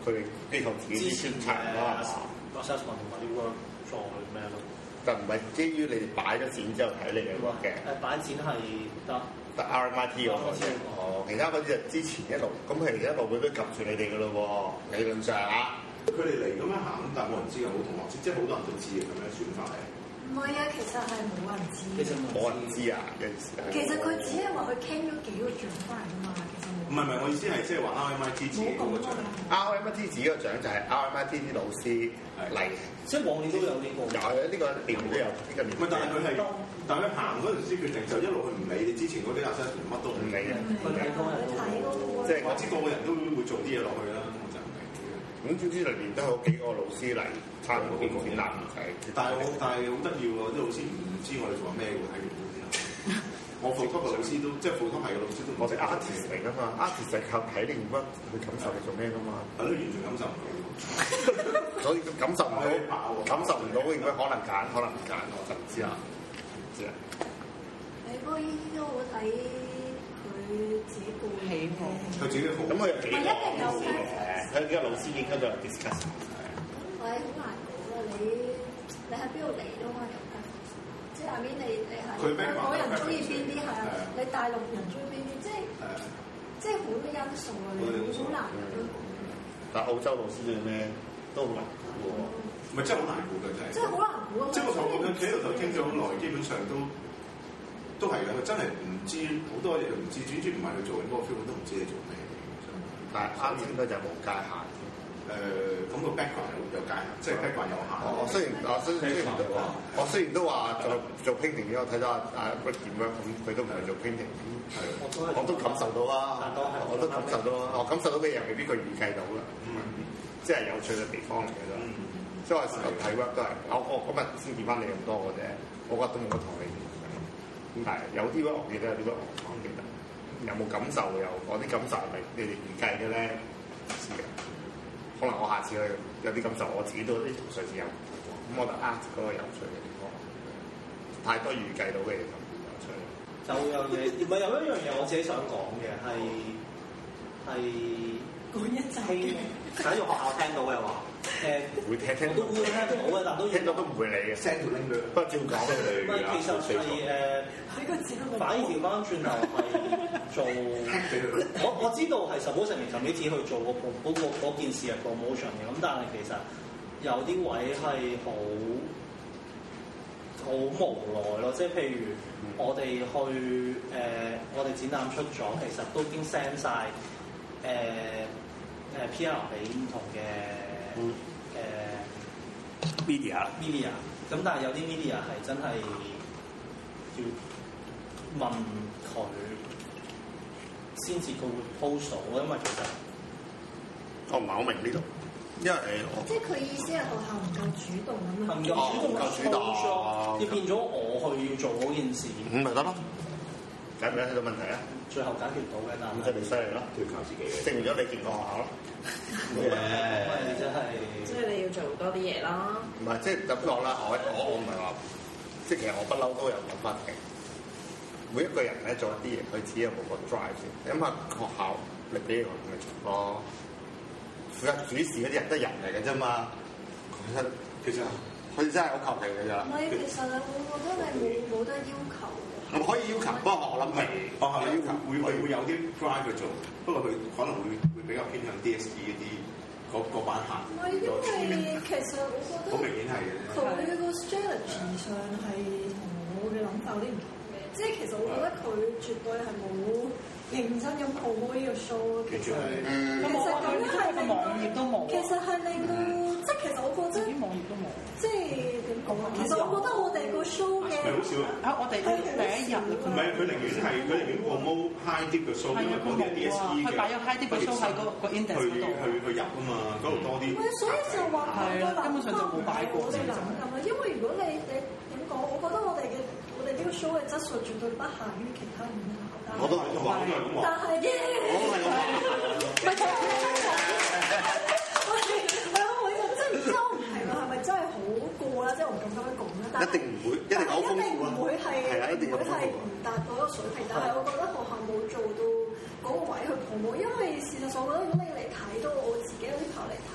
S4: 佢哋機構自
S5: 之
S4: 己
S5: 前
S4: 宣
S5: 嘅
S4: 策啊嘛，
S5: assessment 同埋啲 work 再咩咯。
S4: 就唔係基於你哋擺咗錢之後睇你哋 work 嘅。
S5: 誒擺展係得，
S4: 得 RMIT 嗰個啫，哦，其他嗰啲就之前一路，咁佢哋一路會都及住你哋噶咯喎，理論上啊，
S11: 佢哋嚟咁樣行，但係冇人知有冇同學知，即係好多人都知嘅咁樣選法嚟。
S6: 唔係啊，其實係冇人
S5: 其實
S6: 知。
S4: 冇人知啊，有時係
S6: 其實佢只係話佢傾咗幾個獎翻嚟㗎嘛，其實
S11: 唔係唔係，我意思係即係話 RMIT 自己嗰
S6: 冇
S11: 個
S6: 冇
S11: 獎
S6: 講啊。
S4: RMIT 自己個獎就係 RMIT 啲老師嚟，
S5: 即係往年都有呢個。
S4: 有呢個年都有呢個年
S11: 唔係，但係佢係，但係佢行嗰陣時決定就一路佢唔理你之前嗰啲 assessment 乜都唔
S4: 唔
S11: 理
S4: 理啊嘅，
S6: 佢睇嗰個。
S4: 即係
S11: 我知個個人都會做啲嘢落去啦，我就唔明嘅。
S4: 咁總之裏邊都有幾個老師嚟參與個展覽嘅，
S11: 但係我但係好得意喎，啲老師唔知我哋做緊咩喎，睇完都知。我副級嘅老師都即係副級係嘅老師都唔
S4: 我
S11: 知
S4: 哋 artist 嚟噶嘛，artist 係靠睇你 work 去感受你做咩噶嘛，
S11: 係咯，完全感受唔到。
S4: 所以佢感受唔
S11: 啊
S4: 到，感受唔到應該可能揀，可能唔揀，我就唔知啦，啊唔知啦。
S6: 你嗰個依啲都好睇佢自己個人嘅
S13: 喜好
S11: 佢自己好
S4: 咁佢有幾
S6: 唔係
S4: 個
S6: 一定有
S4: 老師嘅，佢呢個老師應該就有 discuss。
S6: 喂，好難講啊！你你喺邊度嚟㗎嘛？即係下面你你係
S11: 佢咩
S6: 香港人中意邊啲係
S11: 係啊
S6: 啊？你大陸人中意邊啲？即係即係好多因素啊！你好難去
S4: 但澳洲老師嘅咩都好難估喎。
S11: 唔係真係好難估嘅真係
S6: 即。係好難估啊！
S11: 即係我同佢企喺度就傾咗好耐，基本上都都係嘅。佢真係唔知好多嘢佢唔知，總之唔係佢做緊嗰個 feel，佢都唔知你做咩。
S4: 但係啱應該就係無界限。
S11: 誒，咁個 background 有有界限，即係 background 有限。
S4: 我雖然我雖雖然我雖然都話做做 painting 嘅，我睇咗阿阿 Rick 點樣，咁佢都唔係做 painting，
S5: 我都
S4: 我都感受到啊，我都感受到啊，我感受到嘅嘢未必佢預計到啊啦，即係有趣嘅地方嚟嘅啫。
S5: 嗯
S4: 即係我有時候睇 work 都係，我我今日先見翻你咁多嘅啫，我覺得都冇乜同你咁但係有啲 work 我記得，有啲 work 我唔記得，有冇感受有，我啲感受係咪你哋預計嘅咧？唔知嘅，可能我下次去有啲感受，我自己都啲同上次有，咁我就呃嗰個有趣嘅地方，太多預計到嘅嘢就唔有趣啦。
S5: 就有嘢，唔係有一樣嘢我自己想講嘅係係
S2: 嗰一
S5: 聽
S2: 集
S5: 喺學校聽到嘅話，誒
S4: 會聽聽
S5: 都 會聽到嘅，但都要
S4: 聽到都唔會理嘅，
S11: send 條 link 俾佢
S4: 不過照講
S5: 唔係 其實係
S6: 喺個節
S5: 誒，
S6: 目
S5: 反而調翻轉頭係做，
S11: ，hack 俾佢。
S5: 我 我知道係 suppose 明 committee 去做個 pro 嗰個嗰件事嘅 promotion 嘅，咁但係其實有啲位係好好無奈咯，即係譬如我哋去誒、我哋展覽出咗，其實都已經 send 晒呃誒誒 PR 俾唔同嘅呃誒。
S3: media
S5: media，咁但係有啲 media 係真係要問佢先至佢會 post 到，因為其實
S4: 我唔係好明呢度，因為呃我
S6: 即係佢意思係學校唔夠主動啊咁
S5: 朋
S6: 樣。
S5: 友主動
S4: 哦夠主動
S5: post 咗要變咗我去要做嗰件事，
S4: 咁咪得咯，睇唔睇到問題啊？
S5: 最後解決到嘅，
S4: 咁真
S5: 但係
S4: 係犀利啦！
S3: 都要靠自己嘅。
S4: 證明咗你見過學校咯，
S5: 你真
S13: 即
S5: 係
S13: 係你要做多啲嘢啦。
S4: 唔係即係咁講啦，我我我唔係話，即係其實我不嬲都有諗法嘅。每一個人咧做一啲嘢，佢自己有冇個 drive 先。你諗下學校，你俾佢咪做咯。負責主事嗰啲人都係人嚟嘅啫嘛，講真，
S11: 其實
S4: 佢真係好求其嘅咋
S6: 唔。係，其實我覺得你冇冇得要求嘅。
S4: 我可以要求，不過我諗係
S11: 我係要求會會會有啲 drive 去做，不過佢可能會會比較偏向 DSE 嗰啲嗰嗰班客
S6: 唔係，因為其實我覺
S11: 好
S6: 得
S11: 明顯係嘅。
S6: 佢個 strategy 上係同我嘅諗法有啲唔同嘅，即係其實我覺得佢絕對係冇認真咁 promote 呢個 show 咯其
S11: 其
S6: 實
S11: 實係
S6: 其實咁樣係令
S2: 個網頁都冇啊
S6: 其實係令到，即係其實我覺得
S2: 啲網頁都冇。
S6: 即係點講啊？其實我覺得我哋個 show 嘅
S11: 咪好少啊？
S2: 啊！我哋第一日
S11: 唔係佢寧願係佢寧願 promote high dip 嘅 show，因為嗰啲係 DSE 嘅，
S2: 佢擺咗 high dip 嘅 show 喺個個 index
S11: 去
S2: 嗰度
S11: 去去入啊嘛，嗰度多啲
S6: 唔。係，所以就話佢
S2: 係啊根本上就冇擺過
S6: 我哋諗咁啦，因為如果你你點講，我覺得我哋嘅我哋呢個 show 嘅質素絕對不下於其他五校。
S4: 我都係
S11: 我話我都係咁
S6: 但
S11: 話，
S6: 係耶， 唔係佢係我係我我真唔知我唔係話係咪真係好過啦，即係我唔敢咁樣講啦。但
S4: 一
S6: 係
S4: 定唔會，一定好豐富啊
S6: 唔會！係
S4: 係啊，一定
S6: 唔
S4: 有
S6: 會
S4: 豐
S6: 係
S4: 富啊
S6: 唔！達到嗰個水平，但係我覺得學校冇做到嗰個位去 p r 因為事實上我覺得如果你嚟睇到我自己有啲朋友嚟睇，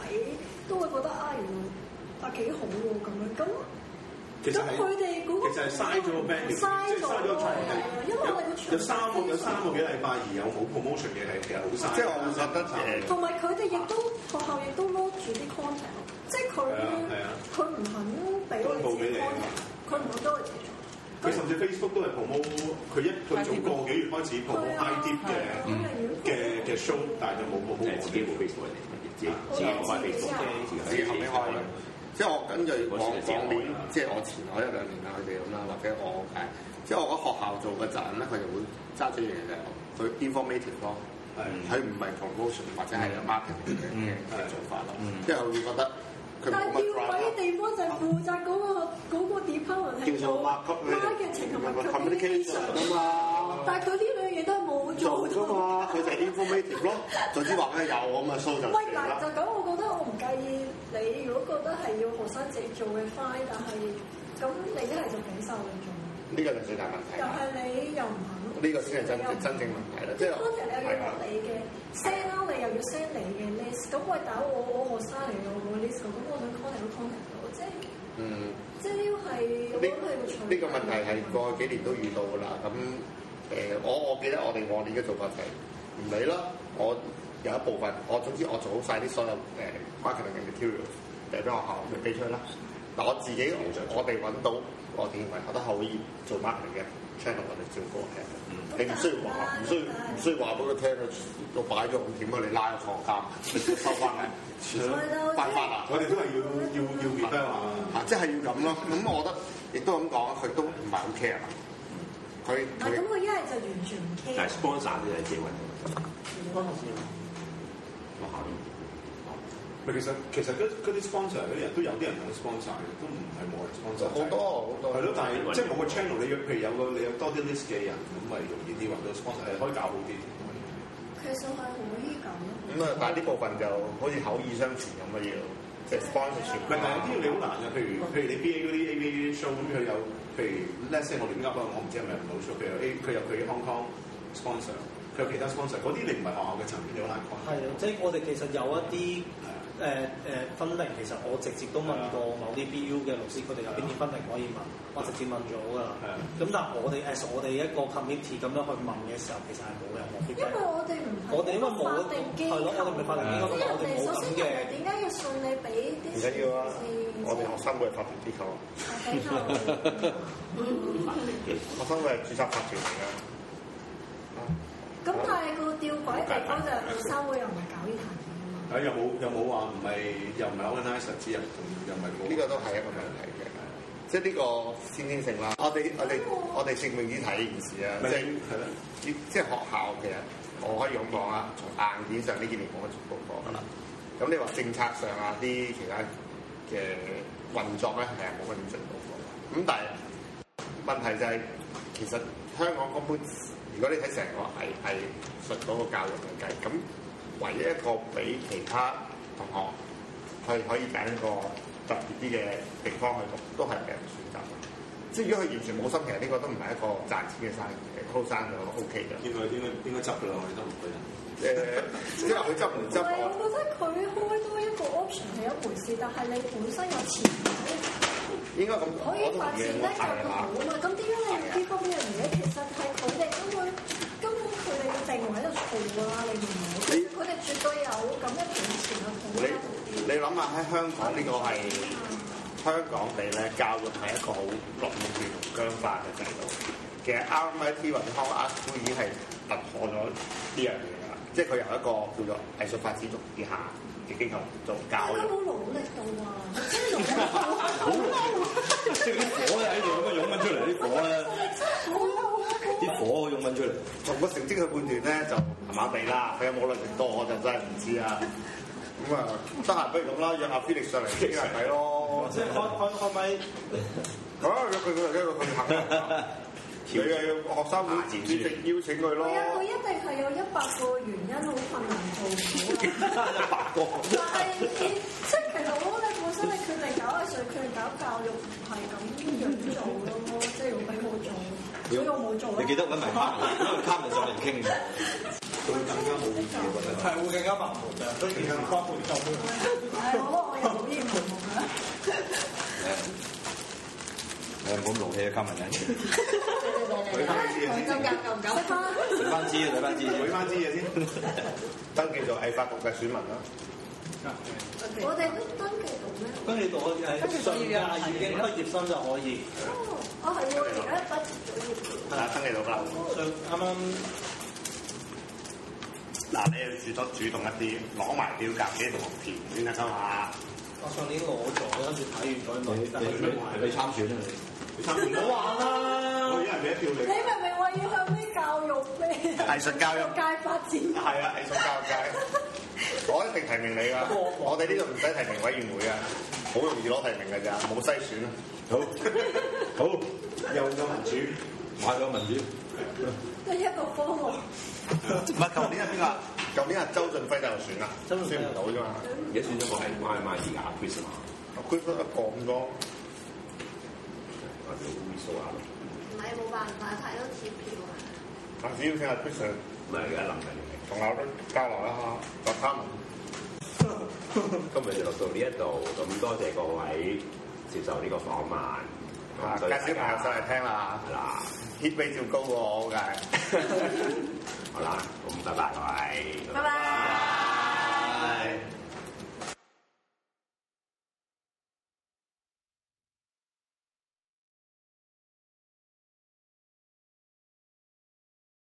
S6: 都會覺得啊原來啊幾好喎咁樣咁。
S11: 其實
S6: 咁
S11: 係
S6: 佢哋嗰個
S11: 其實係嘥咗個 venue，
S6: 嘥
S11: 即係
S6: 咗
S11: 嘥咗場地
S6: 係啊。因為我哋個
S11: 有
S6: 場
S11: 有三個有三個幾禮拜而有冇 promotion 嘅係其實好嘥。
S4: 即係我會覺得
S11: 啊
S4: 誒。
S6: 同埋佢哋亦都學校亦都 load 住啲 contact，咯即係佢
S11: 係啊係啊
S6: 佢唔肯俾我哋
S11: 公佈
S6: 自
S11: 俾
S6: 己
S11: 你啊
S6: contact，佢唔肯俾我哋自己做。
S11: 佢甚至 Facebook 都係 promote 佢一佢做個幾月開始 promote high dip
S4: 啊
S11: 嘅嘅嘅 show，但係就冇
S20: 誒
S11: promote 我
S20: 自己
S11: 哋
S20: 冇 Facebook 嘅，自己自己冇翻 Facebook 嘅，
S4: 自己後尾開啦。即係我跟住往往年，即係我前嗰一兩年啊，佢哋咁啦，或者我誒，即係我覺得學校做嘅責任咧，佢就會揸住一樣嘢就係佢 informative 咯，佢唔係 promotion 或者係 marketing 嘅嘅嘅做法咯，即係佢會覺得佢
S6: 但
S4: 冇
S6: 係
S4: 乜
S6: 吊
S4: drive 咯
S6: 詭嘅地方就係負責嗰個嗰個 department 係
S4: 叫做 markup 佢哋
S6: marketing 同埋
S4: communication 啊
S6: communication，
S4: 嘛。
S6: 但係佢呢兩樣嘢都係冇
S4: 做
S6: 做
S4: 㗎
S6: 到。
S4: 嘛，佢就係 informative 咯。總之話佢有咁啊，show 就
S6: 喂，
S4: 嚟
S6: 嗱就
S4: 啦。
S6: 咁，我覺得我唔介意你如果覺得係要學生自己做嘅 fine，但係咁你一係就俾手去做，
S4: 呢個就最大問題
S6: 但
S4: 啦。
S6: 係你又唔肯。
S4: 呢個先係真真正問題啊啦。即係
S6: contact
S4: 係
S6: 你又
S4: 啊
S6: 要落。你嘅 send 啦，你又要 send 你嘅 list，咁喂打我我學生嚟嘅我 list，咁我想 contact 都 contact 到，即係
S4: 嗯。
S6: 即係呢個係我
S4: 呢
S6: 覺得係個
S4: 呢個問題係過去幾年都遇到㗎啦。咁誒，我我記得我哋往年嘅做法就係唔理啦，我有一部分，我總之我做好晒啲所有誒 marketing 嘅 material 誒俾學校咪俾出去啦。嗱，我自己我哋揾到我哋認為覺得可以做 marketing 嘅 channel，我哋照過嘅。你唔需要話，唔需要唔需要話俾佢聽，我擺咗咁點啊？你拉我坐監，你收翻嚟，犯法啊！
S11: 我哋都係要要要 r e f e r 啊。
S4: 啊，即係要咁咯。咁我覺得亦都咁講，佢都唔係好 care 啦。佢
S6: 啊
S4: 佢
S6: 咁佢一係就完全唔 care，
S20: 但係 sponsor 都係自己揾嘅，學校
S11: 咪其實其實嗰嗰啲 sponsor 嗰啲人都有啲人肯 sponsor 嘅，都唔係冇人 sponsor。
S4: 好多好多
S11: 係咯，但係即係冇個 channel，你要譬如有個你有多啲 list 嘅人，咁咪容易啲揾到 sponsor，係可以搞好啲。
S6: 其實係可以咁咯。
S4: 咁啊，但係呢部分就好似口耳相傳咁嘅啊要，即係 sponsorship 啊
S11: 唔係，但係有啲你好難嘅，譬如譬如你 BA 嗰啲 AVA show，咁佢有譬如 let's say 我亂噏啊，我唔知係咪唔老 show，佢有 A 佢有佢 Hong Kong sponsor，佢有其他 sponsor，嗰啲你唔係學校嘅層面，你好難講。
S5: 係啊，即係我哋其實有一啲誒誒分齡，其實我直接都問過某啲 BU 嘅老師，佢哋有邊啲分齡可以問，我直接問咗㗎啦
S11: 係啊。
S5: 咁但係我哋 as 我哋一個 committee 咁樣去問嘅時候，其實係冇任何
S6: 因為
S5: feedback。
S6: 我哋唔係
S5: 我哋因為冇
S6: 法定機
S5: 係
S6: 構，
S5: 咯我哋唔係法定機構
S6: 即係人哋首
S5: 我哋冇咁
S6: 先
S5: 嘅
S6: 人哋點解要信你俾啲
S4: 唔緊要啊
S6: 錢，
S4: 我哋學生會係法定機構，啊
S6: 先
S4: 學生會係註冊法團嚟㗎。
S6: 咁但係個吊詭嘅地方就係學生會又唔係搞呢壇嘢啊嘛。
S11: 啊，又冇又冇話唔係又唔係 organizer 之人，又唔係冇
S4: 呢個都係一個問題嘅，即係呢個先天性啦。我哋我哋我哋正面啲睇呢件事啊，
S11: 咪
S4: 即
S11: 係
S4: 係
S11: 係咯。
S4: 即係學校其實我可以咁講啦，從硬件上呢幾年我都做過㗎啦。
S11: 嗯
S4: 咁你話政策上啊啲其他嘅運作咧係冇乜點進步過。咁但係問題就係、其實香港根本，如果你睇成個藝藝術嗰個教育嚟計，咁唯一一個俾其他同學去可以揀一個特別啲嘅地方去讀，都係俾人選擇。即係如果佢完全冇心，其實呢個都唔係一個賺錢嘅生意嚟嘅，高生就 O K 嘅。
S11: 應該應該應該執㗎啦，我哋都唔會啊啦。
S4: 誒，因為佢執唔
S6: 唔
S4: 執
S6: 係，我
S4: 我，
S6: 覺得佢開多一個 option 係一回事，但係你本身有前景，
S4: 應該咁講，
S6: 可
S4: 我
S6: 以
S4: 都
S6: 發展
S4: 嘢我
S6: 得更
S4: 太
S6: 好
S4: 啦。
S6: 啊嘛。咁點解你唔呢方面嘅嘢？其實係佢哋根本根本佢哋嘅定位喺度錯啊！你明唔明？其實佢哋絕對有咁嘅本錢去
S4: 你
S6: 捧得
S4: 你諗下喺香港呢個係香港地咧，教育係一個好壟斷同僵化嘅制度。其實 RMIT 或者 Hong Art School 已經係突破咗呢樣嘢啦，即係佢由一個叫做藝術發展局以下嘅機構做
S6: 大
S4: 教
S6: 家
S4: 育
S6: 好。努力到啊！真係努力到啊！好努
S10: 即係啲火喺度咁樣湧緊出嚟，啲火咧，
S6: 真係好努力啊！
S10: 啲火湧緊出嚟。
S4: 從個成績去判斷咧，就麻麻地啦。佢有冇能力多，我就真係唔知啊。咁啊，得閒不如咁啦，約阿 Felix 上嚟傾下偈咯。
S5: 即係開開開咪，
S4: 咁啊，佢佢佢佢肯， 你又要學
S10: 啊
S4: 生會主席邀請佢咯
S6: 係。啊，佢一定係有一百個原因好困難做唔到啊！
S4: 一百個，
S6: 但係你即係其實我覺得你本身你決定搞藝術，決定搞教育唔係咁樣做咯，即係要俾我做，所以我冇做啦。
S10: 你記得揾埋卡文，因為卡文上嚟傾嘅，
S11: 佢更加冇意義，我覺得。
S5: 係會更加麻木嘅，所以其實唔幫唔到。
S6: 係我我又冇厭無啦。
S10: 誒誒唔好咁勞氣啊，卡文啊，
S6: 食飯
S10: 睇翻知啊，睇翻知
S4: 舉翻支嘢先， 登記做藝發局嘅選民啦。
S6: 我哋都登記到咩？
S5: 跟住我係上架已經畢業生就可以，
S6: 哦，我係喎，而家畢業
S4: 係啦，登記到啦。
S5: 上啱啱。
S4: 嗱，你要主動主動一啲，攞埋表格俾同學填先得㗎嘛。
S5: 我上年攞咗，跟住睇完咗
S10: 你
S5: 咪，但係
S10: 你你參選啊
S4: 你參唔
S5: 唔好玩啦。
S4: 我一人俾一票
S6: 你
S4: 你。
S6: 明唔明話要向啲教育咩
S4: 藝術教育
S6: 界發展？
S4: 係啊，藝術教育界， 我一定提名你㗎。我哋呢度唔使提名委員會啊，好容易攞提名㗎咋，冇篩選啊。
S10: 你，好，好，
S11: 又有民主，
S10: 買咗民主，
S6: 得一個科目，
S4: 唔係，舊年係邊個啊？舊年係周俊輝就選啦，
S5: 周俊輝
S4: 選唔到啫嘛。
S3: 而家選咗個係 Y M I T 嘅 Chris 嘛，
S4: 佢得一個咁多，
S3: 我哋 Chris 啊，
S13: 唔係冇辦法，太多貼票啊！
S4: 下次邀請阿 Chris 啊
S3: 唔係而家諗緊嘅。
S4: 同我都交流一下，就他們。
S3: 今日就錄到呢一度，咁多謝各位接受呢個訪問。
S4: 啊，介紹朋友上嚟聽啦
S3: 係啦，
S4: ，hit 比照高喎，好嘅。
S3: 好啦，咁拜拜，各位。